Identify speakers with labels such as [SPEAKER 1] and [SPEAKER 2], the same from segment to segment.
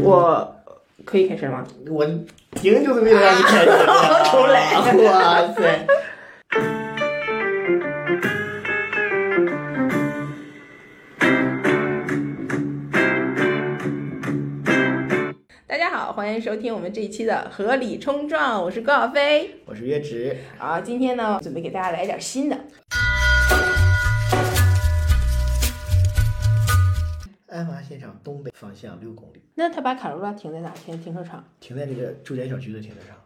[SPEAKER 1] 我可以开始吗？，
[SPEAKER 2] 我停就是为了让你开始的
[SPEAKER 1] 重啊来
[SPEAKER 2] 哇塞！
[SPEAKER 1] 大家好，欢迎收听我们这一期的合理冲撞，我是高晓飞。
[SPEAKER 2] 我是月直，
[SPEAKER 1] 啊，今天呢，准备给大家来点新的。
[SPEAKER 2] 案发现场东北方向六公里，
[SPEAKER 1] 那他把卡罗拉停在哪？停停车场？
[SPEAKER 2] 停在这个住宅小区的停车场，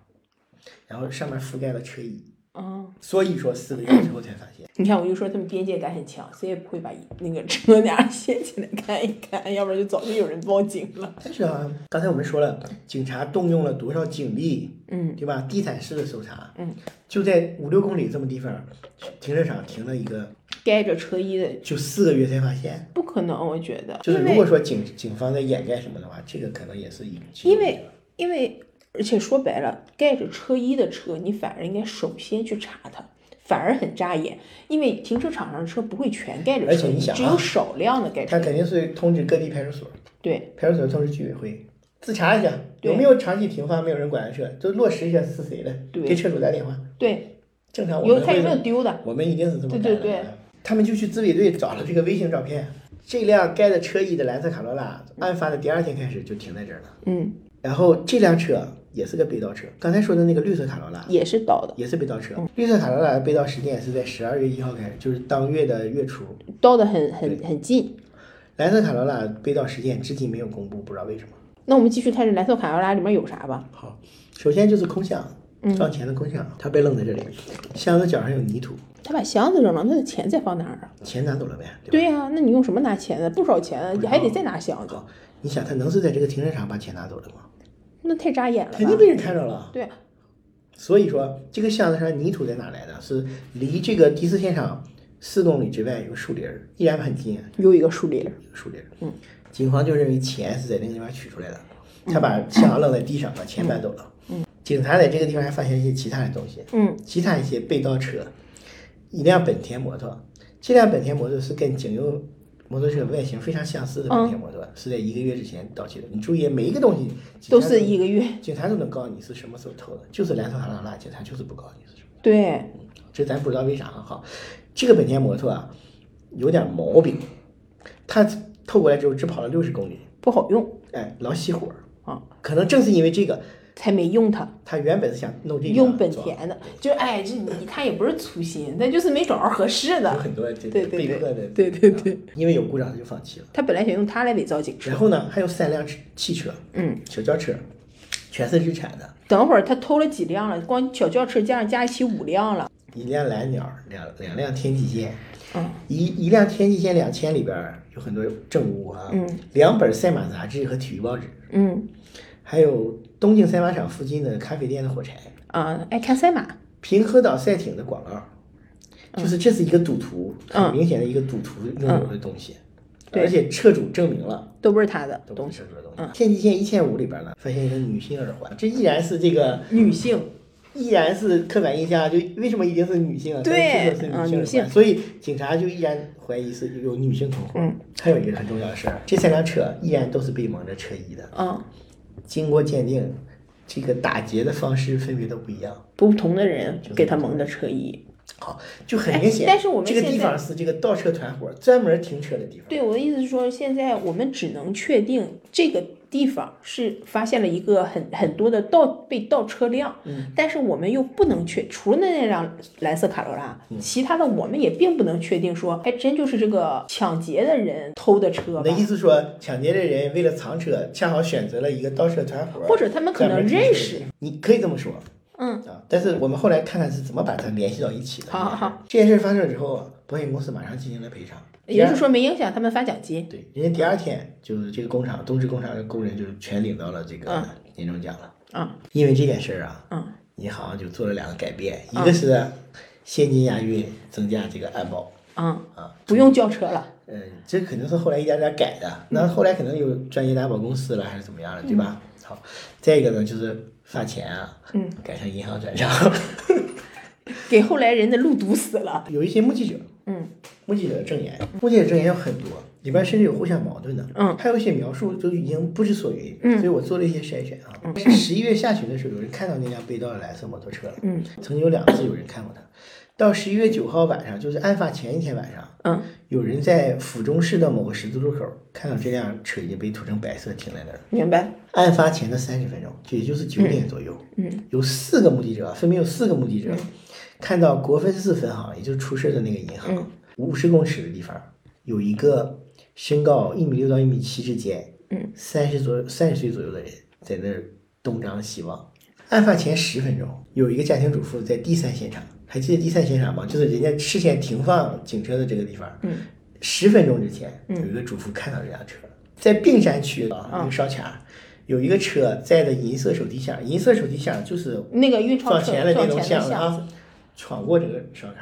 [SPEAKER 2] 然后上面覆盖了车衣，
[SPEAKER 1] 嗯，
[SPEAKER 2] 所以说四个月之后才发现。
[SPEAKER 1] 你看，我就说他们边界感很强，谁也不会把那个车 辆掀起来看一看，要不然就早就有人报警了。
[SPEAKER 2] 但是啊，刚才我们说了，警察动用了多少警力，
[SPEAKER 1] 嗯
[SPEAKER 2] 对吧？地毯式的搜查，
[SPEAKER 1] 嗯，
[SPEAKER 2] 就在五六公里这么地方，停车场停了一个，
[SPEAKER 1] 盖着车衣的
[SPEAKER 2] 就四个月才发现。
[SPEAKER 1] 不可能，我觉得，
[SPEAKER 2] 就是
[SPEAKER 1] 因
[SPEAKER 2] 如
[SPEAKER 1] 为
[SPEAKER 2] 果说警警方在掩盖什么的话，这个可能也是一个其中
[SPEAKER 1] 因
[SPEAKER 2] 一个
[SPEAKER 1] 为因为，而且说白了，盖着车衣的车，你反而应该首先去查它，反而很扎眼，因为停车场上的车不会全盖着
[SPEAKER 2] 而且
[SPEAKER 1] 车衣，
[SPEAKER 2] 你想啊
[SPEAKER 1] 只有少量的盖
[SPEAKER 2] 他
[SPEAKER 1] 车衣。
[SPEAKER 2] 肯定是通知各地派出所，
[SPEAKER 1] 对，
[SPEAKER 2] 派出所通知居委会，自查一下
[SPEAKER 1] 对
[SPEAKER 2] 有没有长期停放没有人管的车，就落实一下是谁的，
[SPEAKER 1] 对
[SPEAKER 2] 给车主打电话。
[SPEAKER 1] 对，
[SPEAKER 2] 正常我
[SPEAKER 1] 有
[SPEAKER 2] 们
[SPEAKER 1] 它有没有
[SPEAKER 2] 会，
[SPEAKER 1] 丢的？
[SPEAKER 2] 我们一定是这么
[SPEAKER 1] 对
[SPEAKER 2] 干
[SPEAKER 1] 对
[SPEAKER 2] 的。
[SPEAKER 1] 对
[SPEAKER 2] 他们就去自卫队找了这个微型照片，这辆盖着车衣的蓝色卡罗拉，案发的第二天开始就停在这儿了。
[SPEAKER 1] 嗯，
[SPEAKER 2] 然后这辆车也是个被盗车，刚才说的那个绿色卡罗拉。
[SPEAKER 1] 嗯也是倒的，
[SPEAKER 2] 也是被盗车，
[SPEAKER 1] 嗯
[SPEAKER 2] 绿色卡罗拉的被盗时间是在十二月一号开始，就是当月的月初。
[SPEAKER 1] 倒的很很很近。
[SPEAKER 2] 蓝色卡罗拉被盗时间至今没有公布，不知道为什么。
[SPEAKER 1] 那我们继续看这蓝色卡罗拉里面有啥吧。
[SPEAKER 2] 好，首先就是空箱
[SPEAKER 1] 嗯，
[SPEAKER 2] 放钱的空箱，它被扔在这里，箱子脚上有泥土，
[SPEAKER 1] 他把箱子扔了，那他钱再放哪儿啊？
[SPEAKER 2] 钱拿走了呗，对吧？啊
[SPEAKER 1] 对呀、那你用什么拿钱呢？不少钱啊，你还得再拿箱子，
[SPEAKER 2] 好，你想他能是在这个停车场把钱拿走的吗？
[SPEAKER 1] 那太扎眼了
[SPEAKER 2] 肯
[SPEAKER 1] 吧？
[SPEAKER 2] 定被人看着了。
[SPEAKER 1] 对，
[SPEAKER 2] 所以说，这个箱子上泥土在哪来的？是离这个第四现场四公里之外有个树林儿，依然很近啊，
[SPEAKER 1] 有一个树林儿，
[SPEAKER 2] 有个树林儿。
[SPEAKER 1] 嗯，
[SPEAKER 2] 警方就认为钱是在那个地方取出来的，他把箱扔在地上，把钱搬走了。嗯，警察在这个地方还发现一些其他的东西，
[SPEAKER 1] 嗯，
[SPEAKER 2] 其他一些被盗车，一辆本田摩托，这辆本田摩托是跟警用摩托车外形非常相似的
[SPEAKER 1] 嗯
[SPEAKER 2] 本田摩托，是在一个月之前到期的。你注意，每一个东西警察
[SPEAKER 1] 都是一个月。
[SPEAKER 2] 警察都能告诉你是什么时候偷的，就是蓝色卡罗拉，警察就是不告诉你是什么。
[SPEAKER 1] 对，
[SPEAKER 2] 这咱不知道为啥啊哈。这个本田摩托啊，有点毛病，它透过来之后只跑了六十公里，
[SPEAKER 1] 不好用
[SPEAKER 2] 哎，老熄火。
[SPEAKER 1] 啊，
[SPEAKER 2] 可能正是因为这个，
[SPEAKER 1] 才没用它。
[SPEAKER 2] 他原本是想弄这个
[SPEAKER 1] 用本
[SPEAKER 2] 装
[SPEAKER 1] 田的，就是哎，这你看也不是粗心，但就是没找着合适
[SPEAKER 2] 有
[SPEAKER 1] 的。
[SPEAKER 2] 很多这
[SPEAKER 1] 对
[SPEAKER 2] 个
[SPEAKER 1] 对
[SPEAKER 2] 被
[SPEAKER 1] 对
[SPEAKER 2] 迫的，啊
[SPEAKER 1] 对对对，
[SPEAKER 2] 因为有故障他就放弃了。
[SPEAKER 1] 他本来想用它来伪造警车
[SPEAKER 2] 然。后呢，还有三辆汽汽车，
[SPEAKER 1] 嗯，
[SPEAKER 2] 小轿车，全是日产的，
[SPEAKER 1] 等会儿他偷了几辆了？光小轿车加上加一起五辆了。
[SPEAKER 2] 一辆蓝鸟，两两辆天际线，
[SPEAKER 1] 嗯，
[SPEAKER 2] 一一辆天际线两千里边儿有很多证物啊，
[SPEAKER 1] 嗯，
[SPEAKER 2] 两本赛马杂志和体育报纸，
[SPEAKER 1] 嗯
[SPEAKER 2] 还有东京赛马场附近的咖啡店的火柴，
[SPEAKER 1] 啊，爱看赛马。
[SPEAKER 2] 平和岛赛艇的广告，就是这是一个赌徒，
[SPEAKER 1] 嗯
[SPEAKER 2] 很明显的一个赌徒拥有的东西，
[SPEAKER 1] 对
[SPEAKER 2] 而且车主证明了。
[SPEAKER 1] 都不是他的
[SPEAKER 2] 都不
[SPEAKER 1] 东西
[SPEAKER 2] 是车。主的东
[SPEAKER 1] 嗯
[SPEAKER 2] 西。天际线一千五里边呢，发现一个女性耳环，这依然是这个，
[SPEAKER 1] 女性，
[SPEAKER 2] 依然是刻板印象，就为什么一定是女性啊？
[SPEAKER 1] 对
[SPEAKER 2] 所以
[SPEAKER 1] 嗯
[SPEAKER 2] 这个是
[SPEAKER 1] 女
[SPEAKER 2] 女性
[SPEAKER 1] 性
[SPEAKER 2] 耳环，所以警察就依然怀疑是有女性同伙。
[SPEAKER 1] 嗯，
[SPEAKER 2] 还有一个很重要的事儿，这三辆车依然都是被蒙着车衣的，
[SPEAKER 1] 嗯，
[SPEAKER 2] 经过鉴定，这个打劫的方式分别都不一样。
[SPEAKER 1] 不同的人
[SPEAKER 2] 就是
[SPEAKER 1] 给他蒙的车衣。
[SPEAKER 2] 好，就很明显，
[SPEAKER 1] 哎但是我们
[SPEAKER 2] 这个
[SPEAKER 1] 现
[SPEAKER 2] 地
[SPEAKER 1] 在
[SPEAKER 2] 方是这个倒车团伙专门停车的地方。
[SPEAKER 1] 对，我的意思是说，现在我们只能确定这个地方是发现了一个很很多的盗被盗车辆，
[SPEAKER 2] 嗯，
[SPEAKER 1] 但是我们又不能确，除了那辆蓝色卡罗拉，
[SPEAKER 2] 嗯
[SPEAKER 1] 其他的我们也并不能确定说，还真就是这个抢劫的人偷的车
[SPEAKER 2] 你的
[SPEAKER 1] 吧
[SPEAKER 2] 意。思说，抢劫的人为了藏车，恰好选择了一个盗车团伙，
[SPEAKER 1] 或者他们可能认识。
[SPEAKER 2] 你可以这么说，
[SPEAKER 1] 嗯
[SPEAKER 2] 啊，但是我们后来看看是怎么把它联系到一起的。
[SPEAKER 1] 好好好，
[SPEAKER 2] 这件事发生之后啊，保险公司马上进行了赔偿。
[SPEAKER 1] 也就是
[SPEAKER 2] 第
[SPEAKER 1] 说没影响他们发奖金
[SPEAKER 2] 二，。对，人家第二天就是这个工厂东芝工厂的工人就全领到了这个
[SPEAKER 1] 嗯
[SPEAKER 2] 年终奖了。
[SPEAKER 1] 嗯
[SPEAKER 2] 因为这件事儿啊，
[SPEAKER 1] 嗯，
[SPEAKER 2] 银行就做了两个改变，一
[SPEAKER 1] 嗯
[SPEAKER 2] 个是现金押运，增加这个安保
[SPEAKER 1] 嗯，
[SPEAKER 2] 啊。
[SPEAKER 1] 不用叫车了。
[SPEAKER 2] 嗯，这肯定是后来一点点改的。那后来可能有专业的安保公司了，还是怎么样了，对吧？好，再一个呢，就是发钱啊，
[SPEAKER 1] 嗯，
[SPEAKER 2] 改成银行转账。
[SPEAKER 1] 给后来人的路堵死 了。
[SPEAKER 2] 有一些目击者，
[SPEAKER 1] 嗯，
[SPEAKER 2] 目击者的证言，目击者证言有很多，里边甚至有互相矛盾的，
[SPEAKER 1] 嗯，
[SPEAKER 2] 还有一些描述都已经不知所云，
[SPEAKER 1] 嗯
[SPEAKER 2] 所以我做了一些筛选啊。十一月下旬的时候，有人看到那辆被盗的蓝色摩托车了，
[SPEAKER 1] 嗯，
[SPEAKER 2] 曾经有两次有人看过它。到十一月九号晚上，就是案发前一天晚上，
[SPEAKER 1] 嗯，
[SPEAKER 2] 有人在府中市的某个十字路口看到这辆车已经被涂成白色停在那儿了。
[SPEAKER 1] 明白。
[SPEAKER 2] 案发前的三十分钟，也就是九点左右，
[SPEAKER 1] 嗯，
[SPEAKER 2] 有四个目击者，分别有四个目击者看到国分寺分行，也就是出事的那个银
[SPEAKER 1] 嗯
[SPEAKER 2] 行，五十公尺的地方有一个身高一米六到一米七之间，
[SPEAKER 1] 嗯，
[SPEAKER 2] 三十左三十岁左右的人在那儿东张西望。案发前十分钟，有一个家庭主妇在第三现场，还记得第三现场吗？就是人家视线停放警车的这个地方，
[SPEAKER 1] 嗯，
[SPEAKER 2] 十分钟之前，有一个主妇看到这辆车，在并山区
[SPEAKER 1] 哦
[SPEAKER 2] 啊，那个烧卡，有一个车载着银色手提箱，银色手提箱就是
[SPEAKER 1] 那个运钞
[SPEAKER 2] 放
[SPEAKER 1] 车
[SPEAKER 2] 钱的那
[SPEAKER 1] 撞
[SPEAKER 2] 种
[SPEAKER 1] 钱的
[SPEAKER 2] 箱子
[SPEAKER 1] 箱
[SPEAKER 2] 啊，闯过这个烧卡。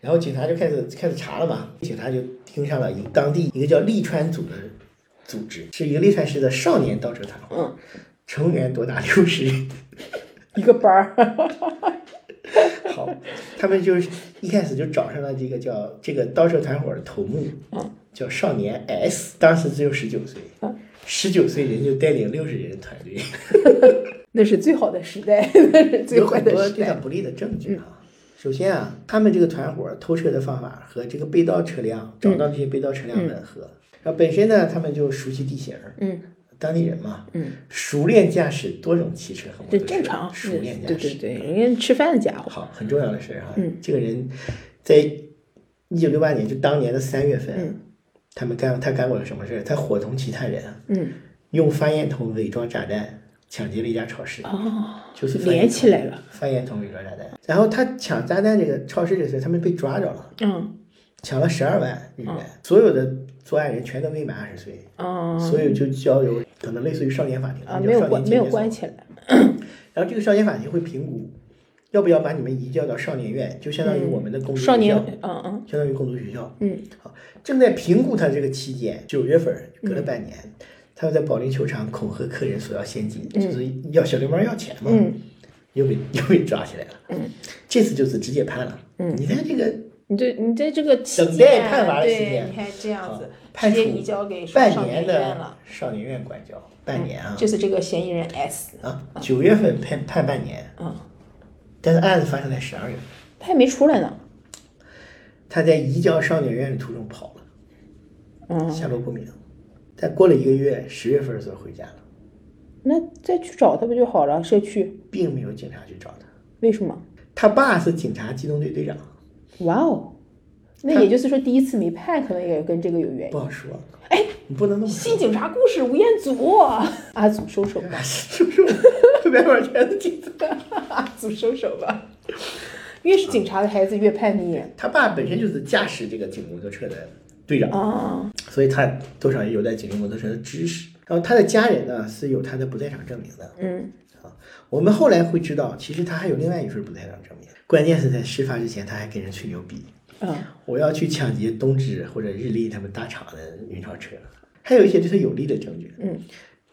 [SPEAKER 2] 然后警察就开始开始查了嘛，警察就盯上了一个当地一个叫利川组的组织，是一个利川市的少年倒车团伙，
[SPEAKER 1] 嗯，
[SPEAKER 2] 成员多达六十人。
[SPEAKER 1] 一个班儿，
[SPEAKER 2] 好，他们就是一开始就找上了这个叫这个刀车团伙的头目，
[SPEAKER 1] 嗯
[SPEAKER 2] 叫少年 S，当时只有十九岁
[SPEAKER 1] 嗯，
[SPEAKER 2] 十九岁人就带领六十人团队，
[SPEAKER 1] 那是最好的时代， 那是最
[SPEAKER 2] 有
[SPEAKER 1] 坏
[SPEAKER 2] 很
[SPEAKER 1] 的
[SPEAKER 2] 多
[SPEAKER 1] 时
[SPEAKER 2] 对他
[SPEAKER 1] 代。嗯
[SPEAKER 2] 不利的证据啊。首先啊，他们这个团伙偷车的方法和这个被盗车辆
[SPEAKER 1] 嗯
[SPEAKER 2] 找到这些被盗车辆吻合，然后本身呢，他们就熟悉地形，
[SPEAKER 1] 嗯
[SPEAKER 2] 当地人嘛，
[SPEAKER 1] 嗯，
[SPEAKER 2] 熟练驾驶多种汽车和摩
[SPEAKER 1] 这
[SPEAKER 2] 托车，
[SPEAKER 1] 正常，
[SPEAKER 2] 熟
[SPEAKER 1] 对
[SPEAKER 2] 练驾驶，嗯
[SPEAKER 1] 对对对，人家吃饭的家伙，
[SPEAKER 2] 好，很重要的事儿哈。
[SPEAKER 1] 嗯
[SPEAKER 2] 这个人在一九六八年，就当年的三月份，啊
[SPEAKER 1] 嗯
[SPEAKER 2] 他们干他干过了什么事儿？他伙同其他人啊
[SPEAKER 1] 嗯，
[SPEAKER 2] 用发烟筒伪装炸弹抢劫了一家超市，
[SPEAKER 1] 哦，
[SPEAKER 2] 就是发
[SPEAKER 1] 连
[SPEAKER 2] 烟
[SPEAKER 1] 起来了，
[SPEAKER 2] 筒发烟筒伪装炸弹。然后他抢炸弹这个超市这事儿，他们被抓着了，
[SPEAKER 1] 嗯
[SPEAKER 2] 抢了十二万日元，所有的作案人全都未满二十岁，
[SPEAKER 1] 嗯
[SPEAKER 2] 所以就交由可能类似于少年法庭
[SPEAKER 1] 啊，
[SPEAKER 2] 叫
[SPEAKER 1] 没有
[SPEAKER 2] 少
[SPEAKER 1] 关
[SPEAKER 2] 年
[SPEAKER 1] 没有
[SPEAKER 2] 检察
[SPEAKER 1] 关
[SPEAKER 2] 所
[SPEAKER 1] 起来，
[SPEAKER 2] 然后这个少年法庭会评估，要不要把你们移交到少年院，就相当于我们的公立学校，
[SPEAKER 1] 少年，嗯嗯
[SPEAKER 2] 相当于公读学校。
[SPEAKER 1] 嗯，
[SPEAKER 2] 好，正在评估他这个期间，九月份儿
[SPEAKER 1] 嗯
[SPEAKER 2] 隔了半年，他又在保龄球场恐吓客人索要现金，就是要小流氓要钱嘛，
[SPEAKER 1] 嗯，
[SPEAKER 2] 又被又被抓起来了。
[SPEAKER 1] 嗯，
[SPEAKER 2] 这次就是直接判了。
[SPEAKER 1] 嗯，
[SPEAKER 2] 你看这个
[SPEAKER 1] 你这你在这个期
[SPEAKER 2] 等
[SPEAKER 1] 间，
[SPEAKER 2] 待判罚的期
[SPEAKER 1] 对，
[SPEAKER 2] 间啊
[SPEAKER 1] 你看这样子，
[SPEAKER 2] 判
[SPEAKER 1] 直接
[SPEAKER 2] 处
[SPEAKER 1] 移交给少
[SPEAKER 2] 半
[SPEAKER 1] 少年
[SPEAKER 2] 年
[SPEAKER 1] 院
[SPEAKER 2] 的
[SPEAKER 1] 了，
[SPEAKER 2] 少年院管教，半年啊
[SPEAKER 1] 就是这个嫌疑人 S，
[SPEAKER 2] 啊，九月份判判半年，
[SPEAKER 1] 嗯，
[SPEAKER 2] 但是案子发生在十二月份，
[SPEAKER 1] 他还没出来呢，
[SPEAKER 2] 他在移交少年院的途中跑了。
[SPEAKER 1] 嗯，
[SPEAKER 2] 下落不明。但过了一个月，十月份的时候回家了，
[SPEAKER 1] 那再去找他不就好了？社区
[SPEAKER 2] 并没有警察去找他。
[SPEAKER 1] 为什么？
[SPEAKER 2] 他爸是警察机动队队长，
[SPEAKER 1] 哇哦，那也就是说第一次没判，可能也跟这个有原因。
[SPEAKER 2] 不好说。
[SPEAKER 1] 哎，
[SPEAKER 2] 你不能那么说
[SPEAKER 1] 新。警察故事吴彦祖，阿祖收手吧，
[SPEAKER 2] 是不是？这边完全是警察。
[SPEAKER 1] 阿 祖收手吧。越是警察的孩子越叛逆
[SPEAKER 2] 他爸本身就是驾驶这个警摩托车的队长，
[SPEAKER 1] 啊！
[SPEAKER 2] 所以他多少也有点警用摩托车的知识。然后他的家人呢是有他的不在场证明的。
[SPEAKER 1] 嗯
[SPEAKER 2] 啊，我们后来会知道，其实他还有另外一份不在场证明。关键是在事发之前，他还跟人吹牛逼。
[SPEAKER 1] 嗯
[SPEAKER 2] 我要去抢劫东芝或者日立他们大厂的运钞车，还有一些对他有利的证据。
[SPEAKER 1] 嗯，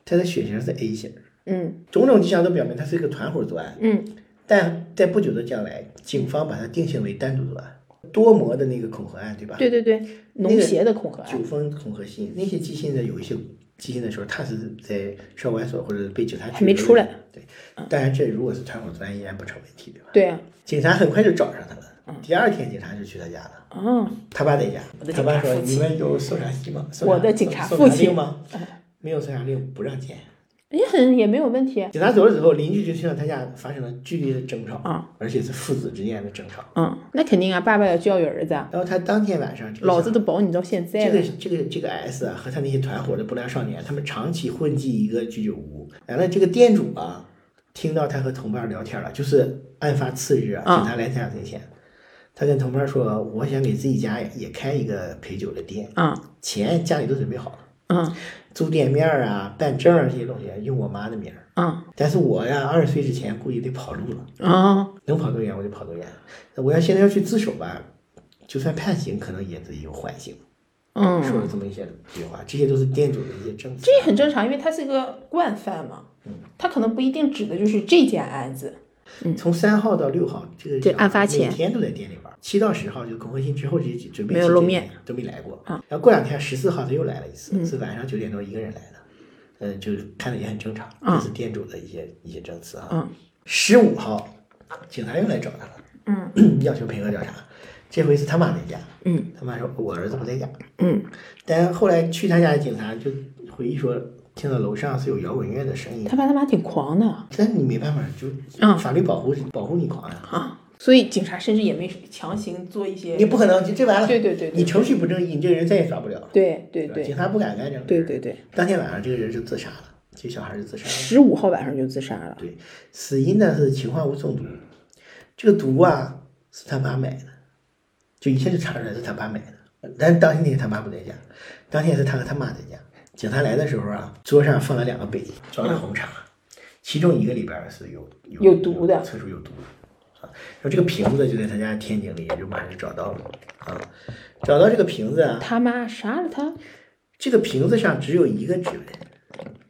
[SPEAKER 2] 他的血型是 A 型，
[SPEAKER 1] 嗯
[SPEAKER 2] 种种迹象都表明他是一个团伙作案。
[SPEAKER 1] 嗯
[SPEAKER 2] 但在不久的将来，警方把他定性为单独作案。多模的那个恐吓案，对吧？
[SPEAKER 1] 对对对，农协的恐吓案
[SPEAKER 2] 九峰恐吓信那些寄信的有一些寄信的时候，他是在少管所或者被警察
[SPEAKER 1] 还没
[SPEAKER 2] 拘留的
[SPEAKER 1] 出来。嗯
[SPEAKER 2] 对，当然这如果是团伙作案，依然不成问题，对吧？
[SPEAKER 1] 对啊，
[SPEAKER 2] 警察很快就找上他
[SPEAKER 1] 嗯
[SPEAKER 2] 了。第二天，警察就去他家了。
[SPEAKER 1] 啊，
[SPEAKER 2] 他爸在家
[SPEAKER 1] 我的，警
[SPEAKER 2] 他
[SPEAKER 1] 察
[SPEAKER 2] 爸说：“
[SPEAKER 1] 父
[SPEAKER 2] 你
[SPEAKER 1] 亲
[SPEAKER 2] 们有搜查令吗？搜
[SPEAKER 1] 我
[SPEAKER 2] 查
[SPEAKER 1] 的警察
[SPEAKER 2] 搜
[SPEAKER 1] 父
[SPEAKER 2] 查令
[SPEAKER 1] 亲嗯
[SPEAKER 2] 吗？没有搜查令不让见。
[SPEAKER 1] 也很也没有问题”
[SPEAKER 2] 警察走了之后，邻居就听到他家发生了剧烈的争吵，
[SPEAKER 1] 啊
[SPEAKER 2] 而且是父子之间的争吵。
[SPEAKER 1] 嗯，那肯定啊，爸爸要教育儿子啊，
[SPEAKER 2] 然后他当天晚上，这个
[SPEAKER 1] 老子
[SPEAKER 2] 小
[SPEAKER 1] 都保你到现在
[SPEAKER 2] 这个
[SPEAKER 1] 了，
[SPEAKER 2] 这个这个 S 啊和他那些团伙的不良少年，他们长期混迹一个居酒屋。完了，这个店主啊，听到他和同伴聊天了，就是案发次日啊，
[SPEAKER 1] 啊
[SPEAKER 2] 警察来探查之前，他跟同伴说：“我想给自己家也开一个陪酒的店，
[SPEAKER 1] 啊
[SPEAKER 2] 钱家里都准备好了。”
[SPEAKER 1] 啊
[SPEAKER 2] 租店面儿啊、办证儿这些东西用我妈的名儿。
[SPEAKER 1] 啊
[SPEAKER 2] 但是我呀，二十岁之前估计得跑路了，
[SPEAKER 1] 啊！
[SPEAKER 2] 能跑多远我就跑多远。我要现在要去自首吧，就算判刑，可能也得有缓刑。
[SPEAKER 1] 嗯，
[SPEAKER 2] 说了这么一些句话，这些都是店主的一些证词
[SPEAKER 1] 这。也很正常，因为它是一个惯犯嘛，他可能不一定指的就是这件案子，
[SPEAKER 2] 从三号到六号，这个
[SPEAKER 3] 对
[SPEAKER 2] 小
[SPEAKER 3] 嗯案发
[SPEAKER 2] 孩
[SPEAKER 3] 前
[SPEAKER 2] 每天都在店里玩儿。七到十号就恐婚期之后这几准备
[SPEAKER 3] 没有
[SPEAKER 2] 期
[SPEAKER 3] 露
[SPEAKER 2] 间
[SPEAKER 3] 面嗯
[SPEAKER 2] 都没来过。然后过两天十四号他又来了一次，是晚上九点多一个人来的，呃，就是看着也很正常，
[SPEAKER 3] 嗯
[SPEAKER 2] 这是店主的一些一些证词啊。十五号警察又来找他了，嗯， 要求配合调查。这回是他妈在家，
[SPEAKER 3] 嗯，
[SPEAKER 2] 他妈说我儿子不在家，
[SPEAKER 3] 嗯，
[SPEAKER 2] 但后来去他家的警察就回忆说，听到楼上是有摇滚乐的声音，
[SPEAKER 1] 他爸他妈挺狂的
[SPEAKER 2] 但是你没办法，就
[SPEAKER 3] 嗯
[SPEAKER 2] 法律保护、保护你狂呀、
[SPEAKER 1] 啊，所以警察甚至也没强行做一些，
[SPEAKER 2] 你不可能，就这完了。
[SPEAKER 1] 对对对对
[SPEAKER 2] 你程序不正义，你这个人再也抓不了。
[SPEAKER 1] 对对
[SPEAKER 2] 吧警
[SPEAKER 1] 对
[SPEAKER 2] 察不敢干这种。
[SPEAKER 1] 对。对对，
[SPEAKER 2] 当天晚上，这个人就自杀了，这小孩就自杀了。
[SPEAKER 1] 十五号晚上就自杀了，
[SPEAKER 2] 啊对，死因呢是氰化物中毒，这个毒啊是他妈买的，就一下就查出来是他妈买的。但当天他妈不在家，当天是他和他妈在家。警察来的时候啊，桌上放了两个杯子，装了红茶，其中一个里边儿是有
[SPEAKER 1] 有毒的
[SPEAKER 2] 测出有毒的啊。然后这个瓶子就在他家天井里，也就马上就找到了啊。找到这个瓶子啊，
[SPEAKER 1] 他妈杀了他，
[SPEAKER 2] 这个瓶子上只有一个指纹，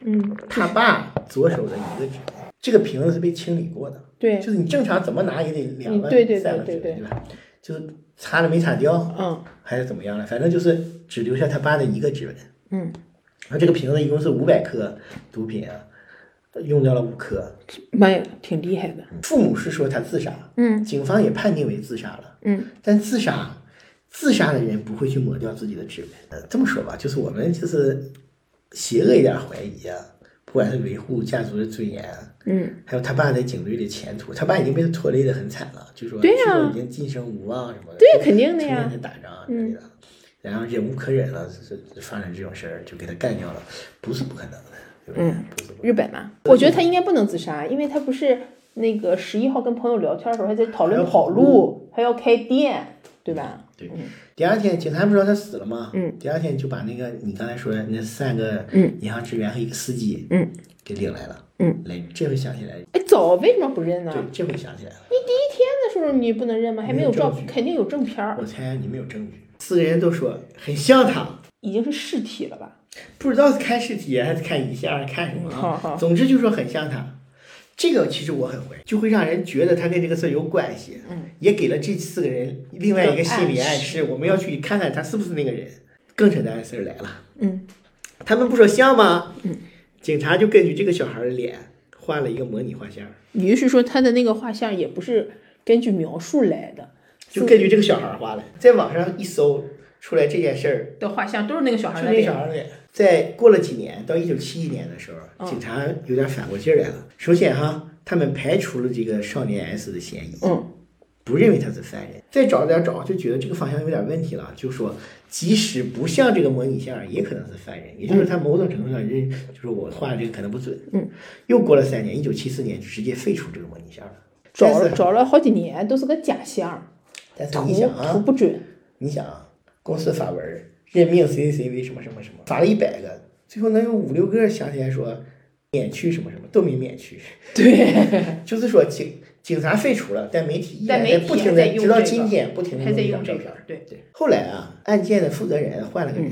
[SPEAKER 1] 嗯，
[SPEAKER 2] 他爸左手的一个指纹。这个瓶子是被清理过的，
[SPEAKER 1] 对，
[SPEAKER 2] 就是你正常怎么拿也得两
[SPEAKER 1] 嗯
[SPEAKER 2] 万、
[SPEAKER 1] 对对对
[SPEAKER 2] 三万
[SPEAKER 1] 对对
[SPEAKER 2] 对吧？就是擦了没擦掉，
[SPEAKER 1] 嗯
[SPEAKER 2] 还是怎么样了？反正就是只留下他爸的一个指纹。
[SPEAKER 1] 嗯，
[SPEAKER 2] 然后这个瓶子一共是五百克毒品啊，用掉了五克。
[SPEAKER 1] 妈呀，挺厉害的，
[SPEAKER 2] 父母是说他自杀，
[SPEAKER 1] 嗯
[SPEAKER 2] 警方也判定为自杀了。
[SPEAKER 1] 嗯，
[SPEAKER 2] 但自杀，自杀的人不会去抹掉自己的指纹。呃，这么说吧，就是我们就是邪恶一点怀疑啊，不管是维护家族的尊严啊，
[SPEAKER 1] 嗯，
[SPEAKER 2] 还有他爸在警队的前途，他爸已经被拖累的很惨了，就说
[SPEAKER 1] 对
[SPEAKER 2] 呀、
[SPEAKER 1] 呀
[SPEAKER 2] 已经晋升无望什么的，
[SPEAKER 1] 对肯定的呀嗯
[SPEAKER 2] 成天在打仗啊之类的，然后忍无可忍了，是是发生这种事儿就给他干掉了，不是不可能的，对不对？
[SPEAKER 1] 嗯
[SPEAKER 2] 不是不可能
[SPEAKER 1] 日本嘛，我觉得他应该不能自杀，因为他不是那个十一号跟朋友聊天的时候还在讨论跑路，还要开店，对吧？
[SPEAKER 2] 对，第二天警察不知道他死了吗？嗯，第二天就把那个你刚才说的那三个银行职员和一个司机，
[SPEAKER 1] 嗯，
[SPEAKER 2] 给领来了。
[SPEAKER 1] 嗯，
[SPEAKER 2] 来，这回想起来，
[SPEAKER 1] 哎，早为什么不认呢？
[SPEAKER 2] 对，这回想起来了。
[SPEAKER 1] 你第一天哎的时候你不能认吗？还没有照
[SPEAKER 2] 没有证，据
[SPEAKER 1] 肯定有正片儿，
[SPEAKER 2] 我猜你们有证据。四个人都说很像他，
[SPEAKER 1] 已经是尸体了吧？
[SPEAKER 2] 不知道是看尸体还是看遗像还是看什么
[SPEAKER 1] 好好
[SPEAKER 2] 啊，总之就说很像他。这个其实我很怀疑，就会让人觉得他跟这个事儿有关系。嗯，也给了这四个人另外一个心理暗示，我们要去看看他是不是那个人。更扯淡的事儿来了。
[SPEAKER 1] 嗯，
[SPEAKER 2] 他们不说像吗？警察就根据这个小孩的脸画了一个模拟画像，
[SPEAKER 1] 也就是说他的那个画像也不是根据描述来的，
[SPEAKER 2] 就根据这个小孩画的，在网上一搜出来这件事儿，
[SPEAKER 1] 的画像都是那个小孩
[SPEAKER 2] 就
[SPEAKER 1] 的
[SPEAKER 2] 那
[SPEAKER 1] 脸
[SPEAKER 2] 小。孩的脸。在过了几年，到一九七一年的时
[SPEAKER 1] 嗯
[SPEAKER 2] 候，警察有点反过劲儿来了。首先哈，他们排除了这个少年 S 的嫌疑，
[SPEAKER 1] 嗯，
[SPEAKER 2] 不认为他是犯人。再找了点找，就觉得这个方向有点问题了，就说即使不像这个模拟像，也可能是犯人，也就是他某种程度上认，就是我画的这个可能不准。嗯，又过了三年，一九七四年就直接废除这个模拟像了。
[SPEAKER 1] 找
[SPEAKER 2] 但
[SPEAKER 1] 了
[SPEAKER 2] 是
[SPEAKER 1] 找了好几年都是个假象，
[SPEAKER 2] 但是
[SPEAKER 1] 图
[SPEAKER 2] 你想
[SPEAKER 1] 图
[SPEAKER 2] 啊，
[SPEAKER 1] 不准，
[SPEAKER 2] 你想啊，公司法文儿任命谁谁谁为什么什么什么，罚了一百个，最后能有五六个想起来说免去什么什么都没免去，
[SPEAKER 1] 对，
[SPEAKER 2] 就是说警警察废除了，但媒体依然
[SPEAKER 1] 嗯但媒体
[SPEAKER 2] 不停
[SPEAKER 1] 还在
[SPEAKER 2] 的，
[SPEAKER 1] 用
[SPEAKER 2] 直到
[SPEAKER 1] 这个
[SPEAKER 2] 今天不停的
[SPEAKER 1] 还在用这
[SPEAKER 2] 这张照
[SPEAKER 1] 个嗯
[SPEAKER 2] 片儿。，
[SPEAKER 1] 对，
[SPEAKER 2] 对，后来啊，案件的负责人换了个人，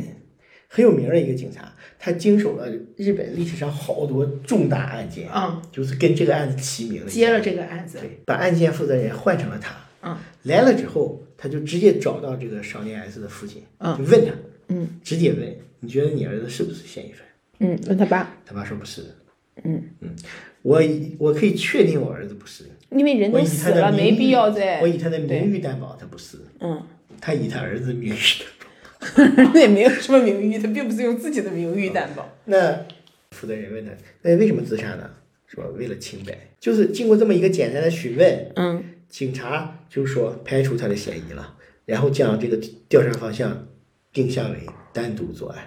[SPEAKER 2] 很有名的一个警察，他经手了日本历史上好多重大案件，
[SPEAKER 1] 嗯，
[SPEAKER 2] 就是跟这个案子齐名的。
[SPEAKER 1] 接了这个案子，
[SPEAKER 2] 对，把案件负责人换成了他。
[SPEAKER 1] 嗯，
[SPEAKER 2] 来了之后，他就直接找到这个少年 S 的父亲，
[SPEAKER 1] 嗯
[SPEAKER 2] 就问他，
[SPEAKER 1] 嗯，
[SPEAKER 2] 直接问，你觉得你儿子是不是嫌疑犯？
[SPEAKER 1] 嗯，问他爸，
[SPEAKER 2] 他爸说不是。嗯嗯，我以我可以确定我儿子不是，
[SPEAKER 1] 因为人
[SPEAKER 2] 我
[SPEAKER 1] 都
[SPEAKER 2] 以
[SPEAKER 1] 哎死
[SPEAKER 2] 他的
[SPEAKER 1] 了，
[SPEAKER 2] 名
[SPEAKER 1] 没
[SPEAKER 2] 誉
[SPEAKER 1] 必要再
[SPEAKER 2] 我，以他的
[SPEAKER 1] 对
[SPEAKER 2] 名誉担保他不是，
[SPEAKER 1] 嗯，
[SPEAKER 2] 他以他儿子名誉担保。
[SPEAKER 1] 那也没有什么名誉，他并不是用自己的名誉担保，
[SPEAKER 2] 那负责人问他，那为什么自杀呢？说为了清白，就是经过这么一个简单的询问，
[SPEAKER 1] 嗯，
[SPEAKER 2] 警察就说排除他的嫌疑了，然后将这个调查方向定向为单独作案，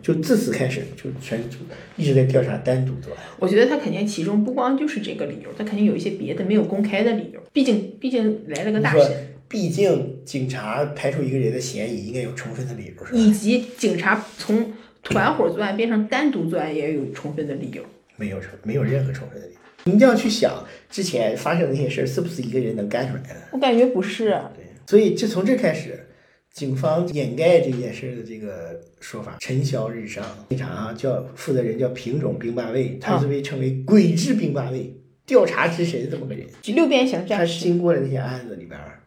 [SPEAKER 2] 就自此开始就全组一直在调查单独作案。
[SPEAKER 1] 我觉得他肯定其中不光就是这个理由，他肯定有一些别的没有公开的理由，毕竟毕竟来了个
[SPEAKER 2] 你
[SPEAKER 1] 大
[SPEAKER 2] 说
[SPEAKER 1] 神，，
[SPEAKER 2] 毕竟警察排除一个人的嫌疑，应该有充分的理由，是吧？
[SPEAKER 1] 以及警察从团伙作案变成单独作案也有充分的理由，
[SPEAKER 2] 没有充，没有任何充分的理由。你一定要去想之前发生的那些事儿，是不是一个人能干出来的？
[SPEAKER 1] 我感觉不是，啊
[SPEAKER 2] 对，所以这从这开始，警方掩盖这件事的这个说法尘嚣日上，警察啊叫负责人叫平种兵八卫，他
[SPEAKER 1] 嗯
[SPEAKER 2] 是被称为“鬼之兵八卫”，调查之神这么个人。
[SPEAKER 1] 就六边形
[SPEAKER 2] 他
[SPEAKER 1] 战士，
[SPEAKER 2] 经过的那些案子里边儿，